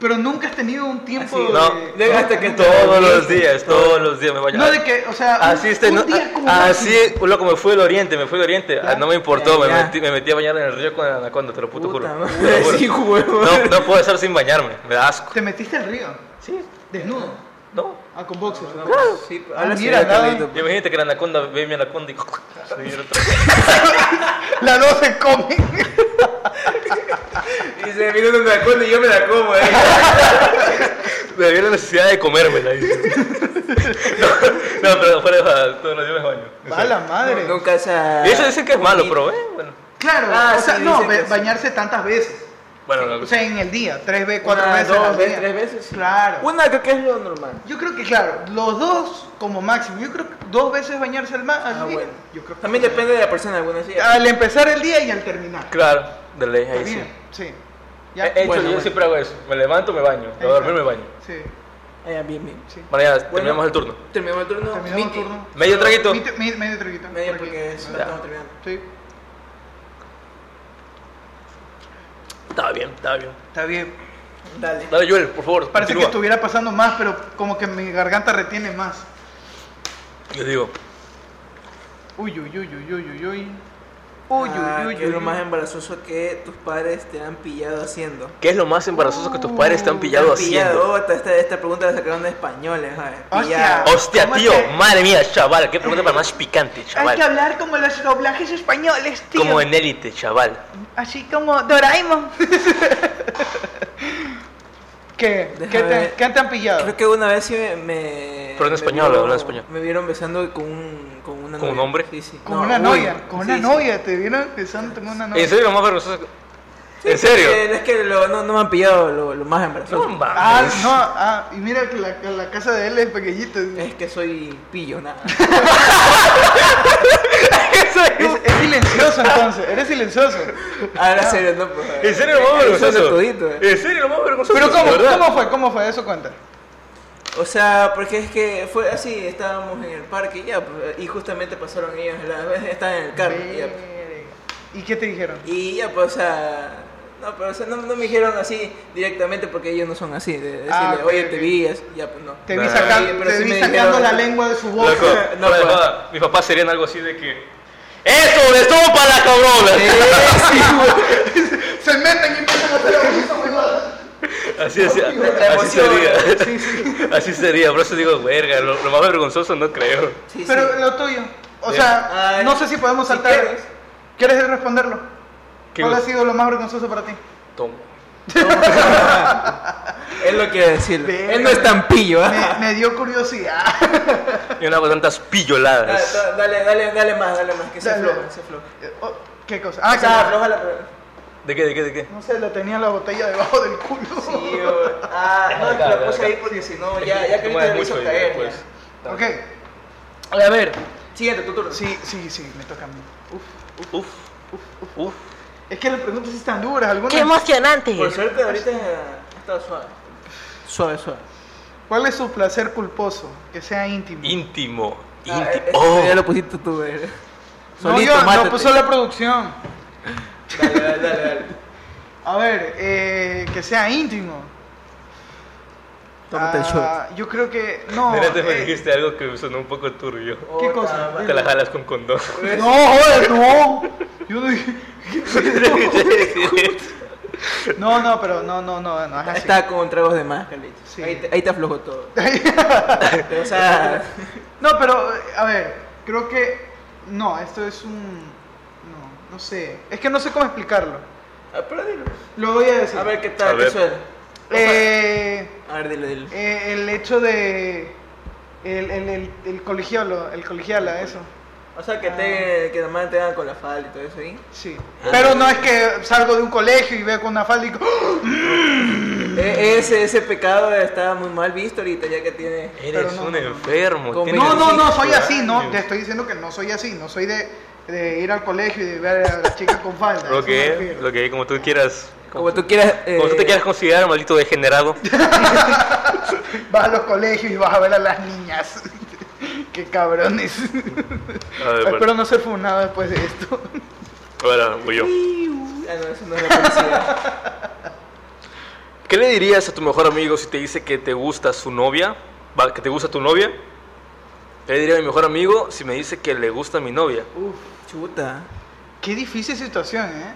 Speaker 1: Pero nunca has tenido un tiempo
Speaker 3: Así,
Speaker 1: de...
Speaker 2: No,
Speaker 3: Llega hasta que
Speaker 2: todos los días, todos los días me baño.
Speaker 1: No, de que, o sea, un-
Speaker 2: Así este,
Speaker 1: un
Speaker 2: no,
Speaker 1: día como
Speaker 2: a-
Speaker 1: máximo.
Speaker 2: así, loco, me fui al oriente, me fui al oriente. Ah, no me importó,
Speaker 3: Ya, ya.
Speaker 2: Me, metí, me metí a bañar en el río con la anaconda, te lo puto
Speaker 3: Puta
Speaker 2: juro.
Speaker 3: madre,
Speaker 2: Te lo juro.
Speaker 3: sí, huevo.
Speaker 2: No, no puedo estar sin bañarme, me da asco.
Speaker 1: Te metiste al río,
Speaker 2: Sí,
Speaker 1: desnudo.
Speaker 2: no.
Speaker 1: Ah, con boxers. ¿no?
Speaker 3: Sí,
Speaker 1: Ah,
Speaker 3: habla
Speaker 1: mira,
Speaker 3: serio,
Speaker 1: nada.
Speaker 3: Carlito.
Speaker 2: Y imagínate que la anaconda ve mi anaconda y. Sí, yo otra-
Speaker 1: La dos se come.
Speaker 3: Y se mira una anaconda y yo me la como, eh.
Speaker 2: Me había la necesidad de comérmela. dice. No, no, pero fuera de joda, todos los días me baño.
Speaker 1: Va la madre.
Speaker 3: Nunca se ha-
Speaker 2: Y eso dicen que es malo, pero eh, bueno.
Speaker 1: Claro,
Speaker 3: Ah,
Speaker 1: o sea,
Speaker 3: sí,
Speaker 1: no,
Speaker 3: dicen que
Speaker 1: ba-
Speaker 3: sí.
Speaker 1: bañarse tantas veces.
Speaker 2: Bueno, no,
Speaker 1: O sea, en el día, tres veces, cuatro
Speaker 3: Una,
Speaker 1: veces.
Speaker 3: Ah, dos
Speaker 1: al
Speaker 3: veces,
Speaker 1: día.
Speaker 3: tres veces, sí.
Speaker 1: Claro.
Speaker 3: Una creo que es lo normal.
Speaker 1: Yo creo que, claro, los dos como máximo. Yo creo que dos veces bañarse al, ma- al
Speaker 3: Ah,
Speaker 1: día.
Speaker 3: bueno.
Speaker 1: Yo creo que
Speaker 3: También depende de la persona, algunas sí.
Speaker 1: Al empezar el día y al terminar.
Speaker 2: claro, de ley ahí sí.
Speaker 1: Bien, sí.
Speaker 2: He hecho,
Speaker 3: Bueno,
Speaker 2: yo
Speaker 3: bueno.
Speaker 2: siempre hago eso. Me levanto, me baño. Me voy a dormir, me baño.
Speaker 1: Sí.
Speaker 3: Ah, ya, bien, bien.
Speaker 2: Bueno, ya
Speaker 3: Bueno.
Speaker 2: terminamos el turno.
Speaker 3: Terminamos el turno.
Speaker 1: Terminamos el
Speaker 3: Miki.
Speaker 1: turno.
Speaker 2: Medio traguito.
Speaker 1: Mi- mi- Medio traguito.
Speaker 3: Medio
Speaker 1: por aquí.
Speaker 3: porque es-
Speaker 2: Ya.
Speaker 3: estamos terminando.
Speaker 1: Sí.
Speaker 2: Está bien, está bien.
Speaker 1: Está bien.
Speaker 3: Dale.
Speaker 2: Dale, Joel, por favor.
Speaker 1: Parece que
Speaker 2: continúa.
Speaker 1: estuviera pasando más, pero como que mi garganta retiene más.
Speaker 2: Yo digo,
Speaker 1: Uy, uy, uy, uy, uy, uy, uy. Uy,
Speaker 3: Ah,
Speaker 1: uy, uy,
Speaker 3: ¿qué es
Speaker 1: uy,
Speaker 3: lo
Speaker 1: uy.
Speaker 3: más embarazoso que tus padres te han pillado haciendo?
Speaker 2: ¿qué es lo más embarazoso que tus padres te han
Speaker 3: Te han
Speaker 2: pillado haciendo?
Speaker 3: pillado, ota, esta, esta pregunta la sacaron de españoles, ¿sabes?
Speaker 1: Hostia.
Speaker 3: Pillado.
Speaker 2: Hostia,
Speaker 1: ¿Cómo es
Speaker 2: tío,
Speaker 1: que-
Speaker 2: madre mía, chaval, qué pregunta para más picante,
Speaker 1: Hay que
Speaker 2: chaval.
Speaker 1: hablar como los doblajes españoles, tío.
Speaker 2: Como en élite, chaval.
Speaker 1: Así como Doraemon. ¿Qué? ¿Qué
Speaker 3: Déjame
Speaker 1: te,
Speaker 3: ver.
Speaker 1: qué te han pillado?
Speaker 3: Creo que una vez sí me... me
Speaker 2: Pero en
Speaker 3: me
Speaker 2: español,
Speaker 3: vieron-
Speaker 2: habla en español.
Speaker 3: Me vieron besando con, un, con una
Speaker 2: ¿Con un
Speaker 3: novia.
Speaker 2: hombre?
Speaker 3: Sí, sí.
Speaker 1: Con
Speaker 3: No,
Speaker 1: una
Speaker 3: uy,
Speaker 1: novia, con una
Speaker 3: sí, sí.
Speaker 1: novia, te vieron empezando con una novia.
Speaker 2: ¿En serio lo más vergonzoso?
Speaker 3: Sí,
Speaker 2: ¿En serio?
Speaker 3: porque Es que lo- no, no me han pillado lo, lo más embarazoso.
Speaker 2: No
Speaker 1: Ah,
Speaker 2: mames.
Speaker 1: no, ah, y mira que la, la casa de él es pequeñita. Es,
Speaker 3: Es que soy pillo, nada.
Speaker 1: es silencioso entonces, eres silencioso.
Speaker 3: Ahora serio, no, pues.
Speaker 2: ¿En serio lo más
Speaker 3: Eso es
Speaker 2: vergonzoso?
Speaker 3: todito, eh.
Speaker 2: ¿En serio lo más vergonzoso?
Speaker 1: Pero ¿cómo,
Speaker 2: de verdad?
Speaker 1: ¿cómo fue? ¿Cómo fue? Eso cuenta.
Speaker 3: O sea, porque es que fue así, estábamos en el parque y ya, pues, y justamente pasaron ellos, la, estaban en el carro y ya. pues.
Speaker 1: Verga. ¿Y qué te dijeron?
Speaker 3: Y ya, pues, o sea, no, pero o sea, no, no me dijeron así directamente porque ellos no son así, de decirle,
Speaker 1: Ah, ok,
Speaker 3: oye,
Speaker 1: ok.
Speaker 3: te vi, así, ya, pues no.
Speaker 1: Te vi,
Speaker 2: Nah.
Speaker 1: sacan-
Speaker 3: Sí, pero
Speaker 1: te
Speaker 3: sí
Speaker 1: vi
Speaker 3: me
Speaker 1: sacando
Speaker 3: dijeron.
Speaker 1: la lengua de su boca.
Speaker 2: Loco,
Speaker 3: No,
Speaker 2: fuera de
Speaker 3: pues.
Speaker 2: joda, mis papás serían algo así de que. ¡Eso! ¡De todo para la cabrona!
Speaker 1: Se meten y empiezan a hacer la misma huevada.
Speaker 2: Así, así,
Speaker 3: La
Speaker 2: así
Speaker 3: emoción.
Speaker 2: sería.
Speaker 1: Sí, sí.
Speaker 2: Así sería, por eso digo, verga, lo, lo más vergonzoso no creo.
Speaker 3: Sí,
Speaker 1: Pero
Speaker 3: sí.
Speaker 1: lo tuyo. O
Speaker 2: Sí.
Speaker 1: sea,
Speaker 3: Ay,
Speaker 1: no sé si podemos
Speaker 3: si
Speaker 1: saltar.
Speaker 3: quieres.
Speaker 1: ¿Quieres responderlo?
Speaker 2: ¿Qué
Speaker 1: ¿Cuál ha
Speaker 2: cosa?
Speaker 1: sido lo más vergonzoso para ti?
Speaker 2: Tomo.
Speaker 3: Él lo quiere decir.
Speaker 1: Verga.
Speaker 3: Él no es tan pillo, ¿ah?
Speaker 1: Me, me dio curiosidad.
Speaker 2: Yo no hago tantas
Speaker 3: Da-
Speaker 2: pilloladas.
Speaker 3: da- Ah, Dale, dale, dale más, dale más, que se
Speaker 1: Dale.
Speaker 3: afloja, se afloja.
Speaker 1: Oh, ¿Qué cosa?
Speaker 3: Ah,
Speaker 1: Ah,
Speaker 3: o sea,
Speaker 1: claro.
Speaker 3: afloja la prueba.
Speaker 2: ¿De qué, de qué, de qué?
Speaker 1: No sé, la tenía la botella debajo del culo.
Speaker 3: Sí, o- Ah, no, es que la puse ahí porque si no, ya, ya que
Speaker 2: Tú
Speaker 3: ahorita
Speaker 2: mueves
Speaker 3: le hizo
Speaker 2: mucho y
Speaker 3: caer.
Speaker 2: después-
Speaker 3: ya.
Speaker 1: Ok.
Speaker 2: A ver.
Speaker 3: Siguiente, tu turno.
Speaker 1: Sí, sí, sí, me toca a mí. Uf.
Speaker 2: Uf, uf.
Speaker 1: Es que las preguntas sí están duras. Algunas...
Speaker 4: ¡Qué emocionante!
Speaker 3: Por suerte ahorita ha estado suave. Suave, suave.
Speaker 1: ¿Cuál es su placer culposo? Que sea íntimo.
Speaker 2: Íntimo.
Speaker 3: Ah,
Speaker 2: Íntimo.
Speaker 3: eh,
Speaker 2: Oh.
Speaker 3: Ya lo pusiste tú, güey.
Speaker 1: no,
Speaker 3: Solito,
Speaker 1: yo,
Speaker 3: mátate.
Speaker 1: no puso la producción.
Speaker 3: Dale, dale, dale. dale.
Speaker 1: A ver, eh, que sea íntimo.
Speaker 3: Tómate el shot.
Speaker 1: Ah, Yo creo que. No.
Speaker 2: Mira, te me
Speaker 1: eh,
Speaker 2: dijiste algo que me sonó un poco turbio.
Speaker 3: Oh,
Speaker 1: ¿Qué cosa?
Speaker 2: Te la jalas con condón.
Speaker 1: No, joder, no. Yo no dije. No, no, pero no, no, no, no es así.
Speaker 3: Está con tragos de más, Carlitos.
Speaker 1: Sí.
Speaker 3: Ahí, te, ahí te aflojó todo. o sea,
Speaker 1: No, pero, eh, a ver, creo que. No, esto es un. No, no sé. Es que no sé cómo explicarlo.
Speaker 3: ah, pero dilo.
Speaker 1: Lo voy a decir.
Speaker 3: A ver qué
Speaker 2: A
Speaker 3: tal, qué
Speaker 2: ver.
Speaker 3: suena.
Speaker 1: Eh,
Speaker 3: A ver, dilo, dilo.
Speaker 1: eh, el hecho de. El, el, el, el colegiolo, el colegiala, eso.
Speaker 3: O sea, que te, que nomás te dan con la falda y todo eso ahí.
Speaker 1: Sí. Pero no es que salgo de un colegio y veo con una falda y digo, ¡Ah!
Speaker 3: E- ese, ese pecado está muy mal visto ahorita, ya que tiene.
Speaker 1: Pero
Speaker 2: Eres
Speaker 1: no,
Speaker 2: un
Speaker 1: no.
Speaker 2: enfermo.
Speaker 3: Come-
Speaker 2: tienes
Speaker 1: No, no, no, soy
Speaker 2: 18
Speaker 1: así, no.
Speaker 2: años.
Speaker 1: Te estoy diciendo que no soy así. No soy de, de ir al colegio y de ver a la chica con falda. a
Speaker 2: Lo
Speaker 1: eso me
Speaker 2: que,
Speaker 1: refiero.
Speaker 2: lo que, como tú quieras.
Speaker 3: Como tú quieras. eh,
Speaker 2: Como tú te quieras considerar, maldito degenerado.
Speaker 1: Vas a los colegios y vas a ver a las niñas. Qué cabrones.
Speaker 2: A ver,
Speaker 1: Espero
Speaker 2: bueno,
Speaker 1: no ser funado después de esto.
Speaker 2: ahora voy yo.
Speaker 3: Ah, no, eso no es la publicidad.
Speaker 2: ¿Qué le dirías a tu mejor amigo si te dice que te gusta su novia? Va, ¿Que te gusta tu novia? ¿Qué le diría a mi mejor amigo si me dice que le gusta mi novia?
Speaker 1: Uf,
Speaker 3: Chuta.
Speaker 1: qué difícil situación, ¿eh?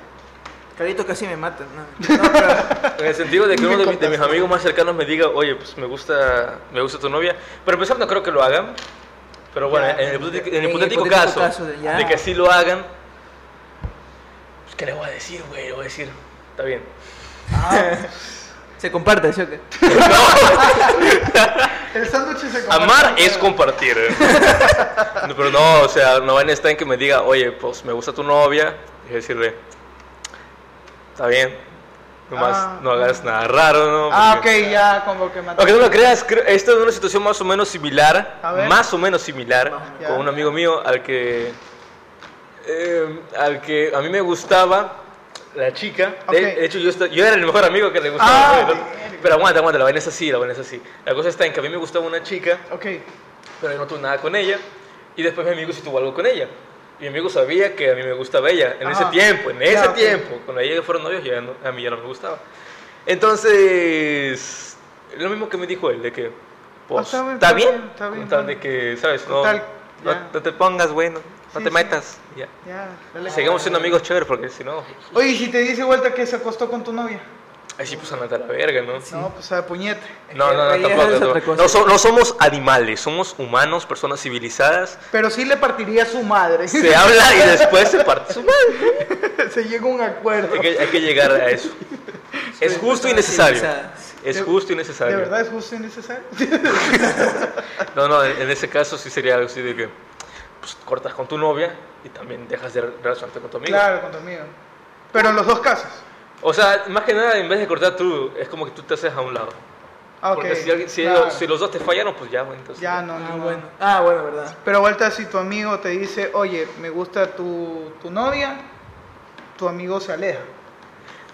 Speaker 3: Carlito casi me mata. No, no pero.
Speaker 2: En el sentido de que
Speaker 1: Me
Speaker 2: uno de, mi- de mis
Speaker 1: contaste.
Speaker 2: amigos más cercanos me diga, oye, pues me gusta, me gusta tu novia. Pero a pesar no creo que lo hagan. Pero bueno,
Speaker 1: Ya,
Speaker 2: en el hipotético, en el
Speaker 3: en
Speaker 2: hipotético
Speaker 3: hipotético
Speaker 2: caso,
Speaker 3: caso de- ya.
Speaker 2: de que sí lo hagan, pues, ¿qué le voy a decir, güey? Le voy a decir, está bien.
Speaker 1: Ah,
Speaker 3: Se comparte, ¿sí o qué?
Speaker 1: El sándwich se comparte
Speaker 2: Amar
Speaker 1: con
Speaker 2: es
Speaker 1: todo.
Speaker 2: compartir. ¿eh? No, pero no, o sea, no vaina está en que me diga, oye, pues me gusta tu novia. Y decirle, está bien. Nomás
Speaker 1: Ah.
Speaker 2: no hagas nada raro, ¿no?
Speaker 1: Ah, ok,
Speaker 2: Porque-
Speaker 1: ya, como que mató.
Speaker 2: Aunque no lo creas, cre- he estado en una situación más o menos similar,
Speaker 1: A ver.
Speaker 2: más o menos similar,
Speaker 1: Ya.
Speaker 2: con un amigo mío al que, eh, al que a mí me gustaba la chica. De-
Speaker 1: Ok.
Speaker 2: De, hecho, yo, esta- yo era el mejor amigo que le gustaba.
Speaker 1: Ah,
Speaker 2: ¿no?
Speaker 1: verga.
Speaker 2: Pero aguanta, aguanta, la vaina es así, la vaina es así. La cosa está en que a mí me gustaba una chica,
Speaker 1: Ok,
Speaker 2: pero yo no tuve nada con ella, y después mi amigo sí tuvo algo con ella. Y mi amigo sabía que a mí me gustaba ella, en
Speaker 1: Ajá.
Speaker 2: ese tiempo, en
Speaker 1: Ya,
Speaker 2: ese
Speaker 1: ok.
Speaker 2: tiempo. Cuando ella fueron novios, ya no- a mí ya no me gustaba. Entonces, lo mismo que me dijo él, de que, pues,
Speaker 1: está bien, Ah,
Speaker 2: está
Speaker 1: está
Speaker 2: bien,
Speaker 1: bien, está bien,
Speaker 2: con tal de
Speaker 1: bueno.
Speaker 2: que, ¿sabes?
Speaker 1: Con
Speaker 2: No,
Speaker 1: tal,
Speaker 2: no-
Speaker 1: ya.
Speaker 2: no te pongas, güey, no,
Speaker 1: Sí,
Speaker 2: no te
Speaker 1: sí.
Speaker 2: metas. Ya.
Speaker 1: ya. dale.
Speaker 2: Seguimos siendo amigos chéveres, porque si no,
Speaker 1: Oye, ¿y si te dice vuelta que se acostó con tu novia?
Speaker 2: ahí sí, pues, andate a la verga, ¿no?
Speaker 1: No, pues a puñete.
Speaker 2: No, no,
Speaker 3: Ahí
Speaker 2: no,
Speaker 3: ya es
Speaker 2: tampoco.
Speaker 3: otra
Speaker 2: tampoco.
Speaker 3: cosa.
Speaker 2: No, so- no somos animales, somos humanos, personas civilizadas.
Speaker 1: Pero sí le partiría a su madre.
Speaker 2: Se habla y después se parte su madre.
Speaker 1: se llega a un acuerdo.
Speaker 2: Hay que, hay que llegar a eso. Es justo y necesario.
Speaker 3: Civilizadas.
Speaker 2: Es justo y
Speaker 1: ¿De
Speaker 2: necesario.
Speaker 1: verdad es justo y necesario?
Speaker 2: No, no, en en ese caso sí sería algo así de que pues, cortas con tu novia y también dejas de relacionarte con tu amigo.
Speaker 1: claro, con tu amigo. Pero en los dos casos.
Speaker 2: O sea, más que nada, en vez de cortar tú, es como que tú te haces a un lado.
Speaker 1: Ah, ok.
Speaker 2: Porque si, alguien- si
Speaker 1: claro.
Speaker 2: ellos- si los dos te fallaron, pues ya, bueno, entonces.
Speaker 1: Ya no,
Speaker 3: Ah,
Speaker 1: no, no.
Speaker 3: bueno. Ah, bueno, verdad.
Speaker 1: Pero vuelta si tu amigo te dice, oye, me gusta tu, tu novia, tu amigo se aleja.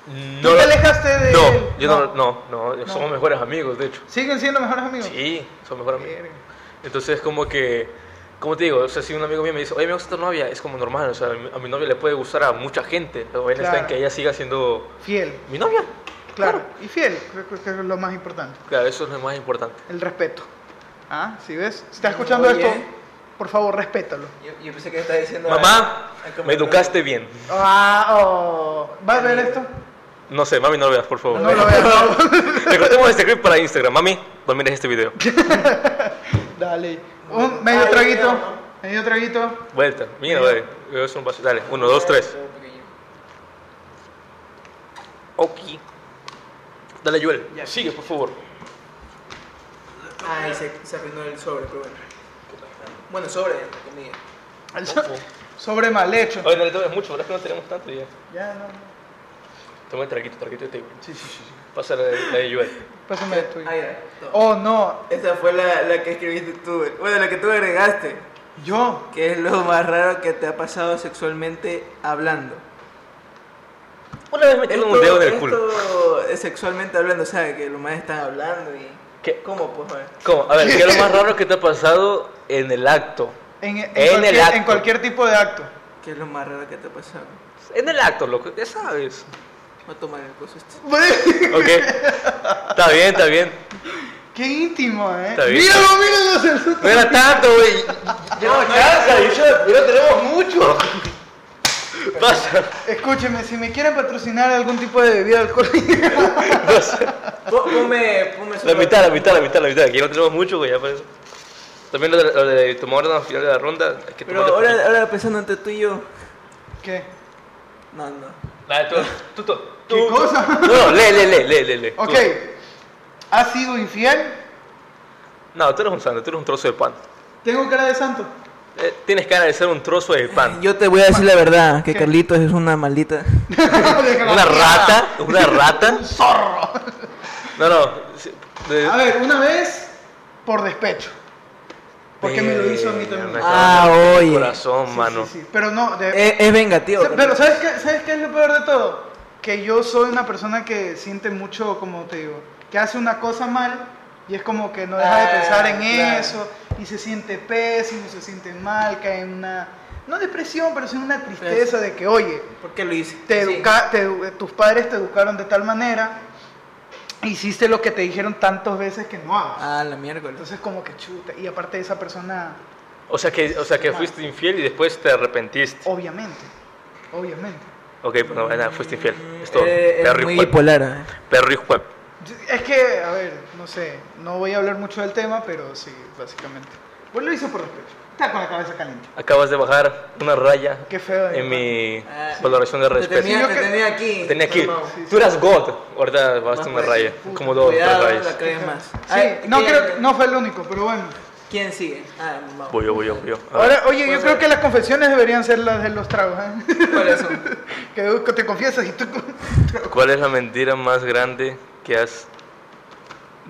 Speaker 2: No,
Speaker 1: ¿Tú te alejaste de él?
Speaker 2: No, yo no, no, no,
Speaker 1: No.
Speaker 2: somos mejores amigos, de hecho.
Speaker 1: ¿Siguen siendo mejores amigos?
Speaker 2: Sí, somos mejores amigos.
Speaker 1: Verga.
Speaker 2: Entonces, como que, como te digo, o sea, si un amigo mío me dice, oye, me gusta tu novia, es como normal, o sea, a mi, a mi novia le puede gustar a mucha gente, pero bien está en
Speaker 1: Claro.
Speaker 2: que ella siga siendo
Speaker 1: Fiel,
Speaker 2: mi novia.
Speaker 1: claro. Y fiel, creo creo que es lo más importante.
Speaker 2: Claro, eso es lo más importante.
Speaker 1: El respeto. Ah, ¿sí ves? Si estás escuchando
Speaker 3: Oye.
Speaker 1: esto, por favor, respétalo.
Speaker 3: Yo, yo pensé que estaba diciendo.
Speaker 2: Mamá,
Speaker 3: al- al comentario.
Speaker 2: me educaste bien.
Speaker 1: Ah, oh. ¿Va a ver esto?
Speaker 2: No sé, mami, no lo veas, por favor.
Speaker 1: No lo veo.
Speaker 2: Recortemos este clip para Instagram. Mami, no mires este video.
Speaker 1: Dale. Un medio
Speaker 3: Ah,
Speaker 1: traguito.
Speaker 3: ya, ¿no?
Speaker 1: Medio traguito.
Speaker 2: Vuelta. Mira, vale. Voy a hacer un vaso. Dale, uno, dos, tres. Ok. Dale, Joel.
Speaker 3: Ya.
Speaker 2: Sigue, por favor.
Speaker 3: Ah, y se, se arruinó el sobre, pero bueno. Bueno, sobre, entre comillas.
Speaker 1: Al so- sobre mal hecho.
Speaker 2: Oye, no le tomes mucho, ¿verdad que no tenemos tanto ya?
Speaker 1: Ya, no.
Speaker 2: Toma el traquito, traquito y te digo.
Speaker 1: Sí, sí, sí. sí.
Speaker 2: Pasa la de, la de Joel.
Speaker 1: Pásame el tuyo.
Speaker 3: Ah, ya. toma.
Speaker 1: Oh, no.
Speaker 3: Esa fue la, la que escribiste tú. Bueno, la que tú agregaste.
Speaker 1: Yo.
Speaker 3: ¿Qué es lo más raro que te ha pasado sexualmente hablando?
Speaker 2: Una vez metiendo un dedo en el culo.
Speaker 3: esto es sexualmente hablando, o sea, que los más están hablando y
Speaker 2: ¿Qué?
Speaker 3: ¿Cómo, pues, man?
Speaker 2: ¿Cómo? A ver, ¿qué es lo más raro que te ha pasado en el acto?
Speaker 1: En, en
Speaker 2: En el
Speaker 1: cualquier,
Speaker 2: acto.
Speaker 1: en cualquier tipo de acto.
Speaker 3: ¿Qué es lo más raro que te ha pasado?
Speaker 2: En el acto, loco, ya sabes.
Speaker 3: Voy a tomar el coso este.
Speaker 2: Ok. Está bien, está bien.
Speaker 1: Qué íntimo, ¿eh?
Speaker 2: Está bien.
Speaker 1: Míralo, míralo, Celso.
Speaker 2: No era tanto, güey. Ya no alcanza, y yo- ya no tenemos mucho. Pasa.
Speaker 1: Escúcheme, si me quieren patrocinar algún tipo de bebida alcohólica.
Speaker 3: Po- Ponme, ponme
Speaker 2: Ah, La
Speaker 3: solo-
Speaker 2: mitad, la mitad, la mitad, la mitad. Aquí no tenemos mucho, güey, ya por eso. También lo de, lo de tomar al final de la ronda. hay que
Speaker 3: Pero
Speaker 2: tomarle
Speaker 3: ahora, ahora pensando entre tú y yo.
Speaker 1: ¿Qué?
Speaker 3: No, no.
Speaker 2: poquito. Dale, tú, tú, tú,
Speaker 1: ¿Qué
Speaker 2: tú.
Speaker 1: cosa?
Speaker 2: No, lee, lee, lee, lee, lee, lee. Tú.
Speaker 1: Ok. ¿Has sido infiel?
Speaker 2: No, tú eres un santo, tú eres un trozo de pan.
Speaker 1: Tengo cara de santo.
Speaker 2: Eh, tienes cara de ser un trozo de pan.
Speaker 3: Yo te voy a decir la verdad, que
Speaker 1: ¿Qué?
Speaker 3: Carlitos es una maldita.
Speaker 2: Una rata, una rata.
Speaker 1: Un zorro.
Speaker 2: No, no. sí, de-
Speaker 1: A ver, una vez por despecho. Porque me lo hizo a mí
Speaker 2: Eh, Me
Speaker 1: también.
Speaker 2: acabas
Speaker 3: Ah,
Speaker 2: de romper el
Speaker 3: oye.
Speaker 2: Corazón,
Speaker 1: Sí,
Speaker 2: mano.
Speaker 1: sí, sí. Pero no, de-
Speaker 3: Es, es vengativo.
Speaker 1: Se- Pero
Speaker 3: Carlitos.
Speaker 1: ¿sabes qué, ¿sabes qué es lo peor de todo? Que yo soy una persona que siente mucho, como te digo, que hace una cosa mal y es como que no deja de
Speaker 3: Ah,
Speaker 1: pensar en
Speaker 3: claro.
Speaker 1: eso y se siente pésimo, se siente mal, cae en una, no depresión, pero sí en una tristeza de que, oye,
Speaker 3: ¿Por qué lo hice?
Speaker 1: te
Speaker 3: Sí.
Speaker 1: educa- te edu- tus padres te educaron de tal manera, hiciste lo que te dijeron tantas veces que no hagas.
Speaker 3: Ah, la miércoles.
Speaker 1: Entonces como que chuta, y aparte esa persona,
Speaker 2: O sea que, o sea que
Speaker 1: Mal.
Speaker 2: fuiste infiel y después te arrepentiste.
Speaker 1: obviamente, obviamente.
Speaker 2: Ok, pues no, nada, fuiste infiel. Es todo.
Speaker 3: Eh, es
Speaker 2: perro
Speaker 3: muy
Speaker 2: hijo de-
Speaker 3: bipolar. eh.
Speaker 2: Perro hijo de-
Speaker 1: Es que, a ver, no sé, no voy a hablar mucho del tema, pero sí, básicamente. Pues lo hizo por respeto. Está con la cabeza caliente.
Speaker 2: Acabas de bajar una raya
Speaker 1: Qué feo. de
Speaker 2: en mi
Speaker 3: Ah,
Speaker 2: valoración de
Speaker 3: Te
Speaker 2: respeto.
Speaker 1: Sí, yo
Speaker 3: tenía, te
Speaker 1: que-
Speaker 3: tenía aquí.
Speaker 2: Te tenía aquí.
Speaker 3: Calmao.
Speaker 1: Sí, sí.
Speaker 2: Tú eras God. Ahorita bajaste
Speaker 3: Más
Speaker 2: una
Speaker 3: por ahí.
Speaker 2: raya.
Speaker 1: Puta,
Speaker 2: Como dos, tres
Speaker 3: cuidado, la
Speaker 2: rayas.
Speaker 3: que- Cae más.
Speaker 1: Sí,
Speaker 3: Ay,
Speaker 1: Ah, eh, no
Speaker 3: ¿qué?
Speaker 1: creo que no fue el único, pero bueno.
Speaker 3: ¿Quién sigue? Ah, mamá.
Speaker 2: Voy yo, voy yo, voy yo. A ver.
Speaker 1: Ahora, oye, yo
Speaker 3: Pues,
Speaker 1: creo
Speaker 3: eh.
Speaker 1: que las confesiones deberían ser las de los tragos, ¿eh?
Speaker 3: ¿Cuáles son?
Speaker 1: Que que te confiesas y tú...
Speaker 2: ¿Cuál es la mentira más grande que has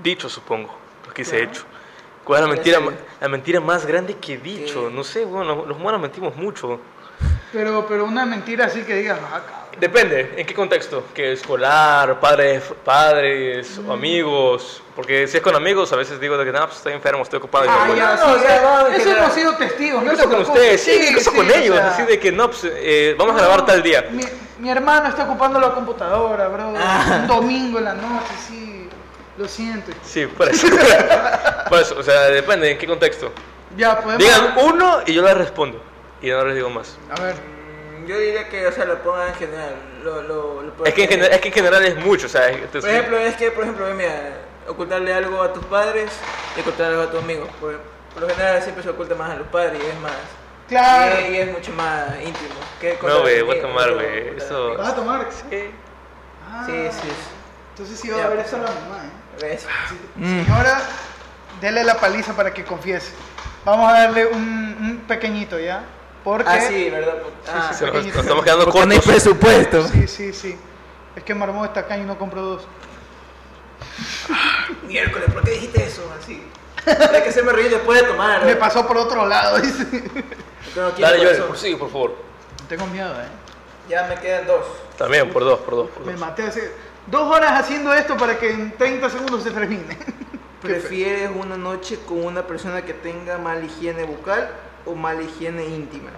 Speaker 2: dicho, supongo? Lo que hice
Speaker 1: Claro.
Speaker 2: hecho. ¿Cuál es la
Speaker 3: Ya
Speaker 2: mentira,
Speaker 3: sé.
Speaker 2: ma- la mentira más grande que he dicho?
Speaker 3: Sí.
Speaker 2: No sé, bueno, los- los humanos mentimos mucho.
Speaker 1: Pero, pero una mentira así que digas, ah, cabrón.
Speaker 2: Depende, ¿en qué contexto? Que escolar, padres, padres,
Speaker 1: Mm.
Speaker 2: o amigos. Porque si es con amigos, a veces digo de que no, pues estoy enfermo, estoy ocupado. y me
Speaker 1: Ah,
Speaker 2: voy".
Speaker 1: ya,
Speaker 3: no,
Speaker 1: sí,
Speaker 3: o sea, no, en
Speaker 1: eso
Speaker 3: general.
Speaker 1: hemos sido testigos, no te
Speaker 2: Incluso con
Speaker 1: preocupes.
Speaker 2: ustedes, sí, incluso con
Speaker 1: sí,
Speaker 2: ellos.
Speaker 1: o sea,
Speaker 2: así de que no, pues eh, vamos a grabar tal día.
Speaker 1: Mi, mi hermano está ocupando la computadora, bro.
Speaker 3: Ah.
Speaker 1: Un domingo en la noche, sí. Lo siento.
Speaker 2: Sí, por eso. por eso, o sea, depende, ¿en qué contexto?
Speaker 1: Ya, podemos.
Speaker 2: Digan uh. uno y yo les respondo. Y no les digo más.
Speaker 1: A ver.
Speaker 3: Mm, Yo diría que, o sea, lo pongan en general. Lo, lo, lo
Speaker 2: Es que en general, es, que en general es mucho, o sea, es-
Speaker 3: Por
Speaker 2: entonces-
Speaker 3: ejemplo, es que, por ejemplo, mira, ocultarle algo a tus padres y ocultarle algo a tus amigos. Por, por lo general siempre se oculta más a los padres y es más.
Speaker 1: Claro.
Speaker 3: Y, y es mucho más íntimo. que con
Speaker 2: No,
Speaker 3: los
Speaker 2: güey, voy a
Speaker 3: amigos,
Speaker 2: tomar,
Speaker 3: con
Speaker 2: güey,
Speaker 3: los
Speaker 2: eso-
Speaker 1: ¿Vas a tomar?
Speaker 2: Eh,
Speaker 1: Ah,
Speaker 3: amigos. Sí, sí. sí.
Speaker 1: Entonces sí va a
Speaker 3: Ya. Mm.
Speaker 1: haber eso a la mamá, ¿eh?
Speaker 3: ¿Ves?
Speaker 1: Señora, dele la paliza para que confiese. Vamos a darle un, un pequeñito, ¿ya? Porque.
Speaker 3: Ah, sí, ¿verdad? Ah,
Speaker 2: se nos, nos
Speaker 1: pequeñito.
Speaker 2: estamos quedando
Speaker 3: Porque no hay
Speaker 2: cortos.
Speaker 3: presupuesto.
Speaker 1: Sí, sí, sí. Es que Marmón está acá y no compró dos.
Speaker 3: Miércoles, ¿por qué dijiste eso así? Hay que hacerme reír después de tomar.
Speaker 1: Me
Speaker 3: ¿no?
Speaker 1: pasó por otro lado, dice.
Speaker 3: Tengo que ir
Speaker 2: Dale,
Speaker 3: por
Speaker 2: Joel,
Speaker 3: eso.
Speaker 2: prosigue, por favor.
Speaker 1: Tengo miedo, ¿eh?
Speaker 3: Ya me quedan dos.
Speaker 2: También, por dos, por dos, por
Speaker 1: Me
Speaker 2: dos.
Speaker 1: maté hace dos horas haciendo esto para que en 30 segundos se termine.
Speaker 3: ¿Prefieres una noche con una persona que tenga mala higiene bucal o mala higiene íntima?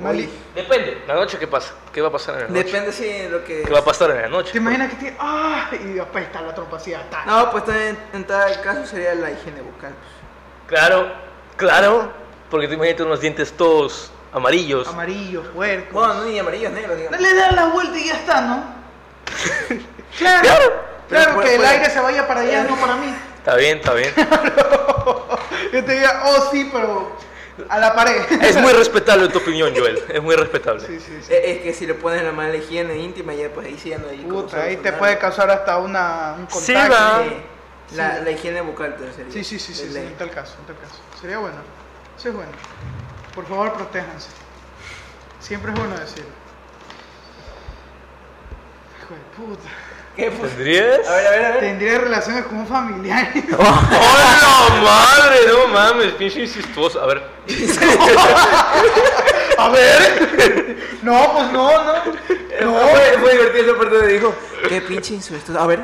Speaker 1: Mal-
Speaker 3: Uy,
Speaker 2: Depende, la noche qué pasa, qué va a pasar en la noche.
Speaker 3: Depende si de lo que...
Speaker 2: ¿Qué va a pasar en la noche?
Speaker 1: ¿Te imaginas que tiene.? ¡Ah! Y apesta la trompa así, ata.
Speaker 3: No, pues en, en tal caso sería la higiene bucal.
Speaker 2: Claro, claro, porque te imaginas unos dientes todos amarillos.
Speaker 1: Amarillo, puerco.
Speaker 3: Bueno, no, ni amarillos, negros, digamos.
Speaker 1: Le das la vuelta y ya está, ¿no? claro.
Speaker 2: Claro.
Speaker 1: Claro,
Speaker 3: Pero
Speaker 1: que
Speaker 3: puede-
Speaker 1: el
Speaker 3: puede-
Speaker 1: aire se vaya para allá, no para mí.
Speaker 2: Está bien, está bien.
Speaker 1: Yo te diría, oh sí, pero a la pared.
Speaker 2: Es muy respetable tu opinión, Joel. Es muy respetable.
Speaker 1: sí, sí, sí.
Speaker 3: Eh, Es, que si le pones la mala higiene íntima, ya pues ahí sí ya no hay cómo
Speaker 1: Puta, ahí te
Speaker 3: solucionarlo.
Speaker 1: puede causar hasta una, un
Speaker 2: Sí,
Speaker 1: contagio.
Speaker 2: va. causar-
Speaker 3: Ah. Sí, Eh, La, la higiene bucal te sería.
Speaker 1: Sí, sí, sí, sí,
Speaker 3: de
Speaker 1: sí,
Speaker 3: ley.
Speaker 1: en tal caso, en tal caso. Sería bueno. Eso es bueno. Por favor, protéjanse. Siempre es bueno decirlo. Hijo de puta.
Speaker 3: ¿Qué pues?
Speaker 2: ¿Tendrías?
Speaker 3: A ver, a ver, a ver.
Speaker 1: Tendría relaciones con un familiar.
Speaker 2: ¡Hola, madre! No mames, pinche insistuoso. A ver,
Speaker 1: A ver. No, pues no, no.
Speaker 3: No, fue, fue divertido esa parte donde dijo, qué pinche insuesto. A ver.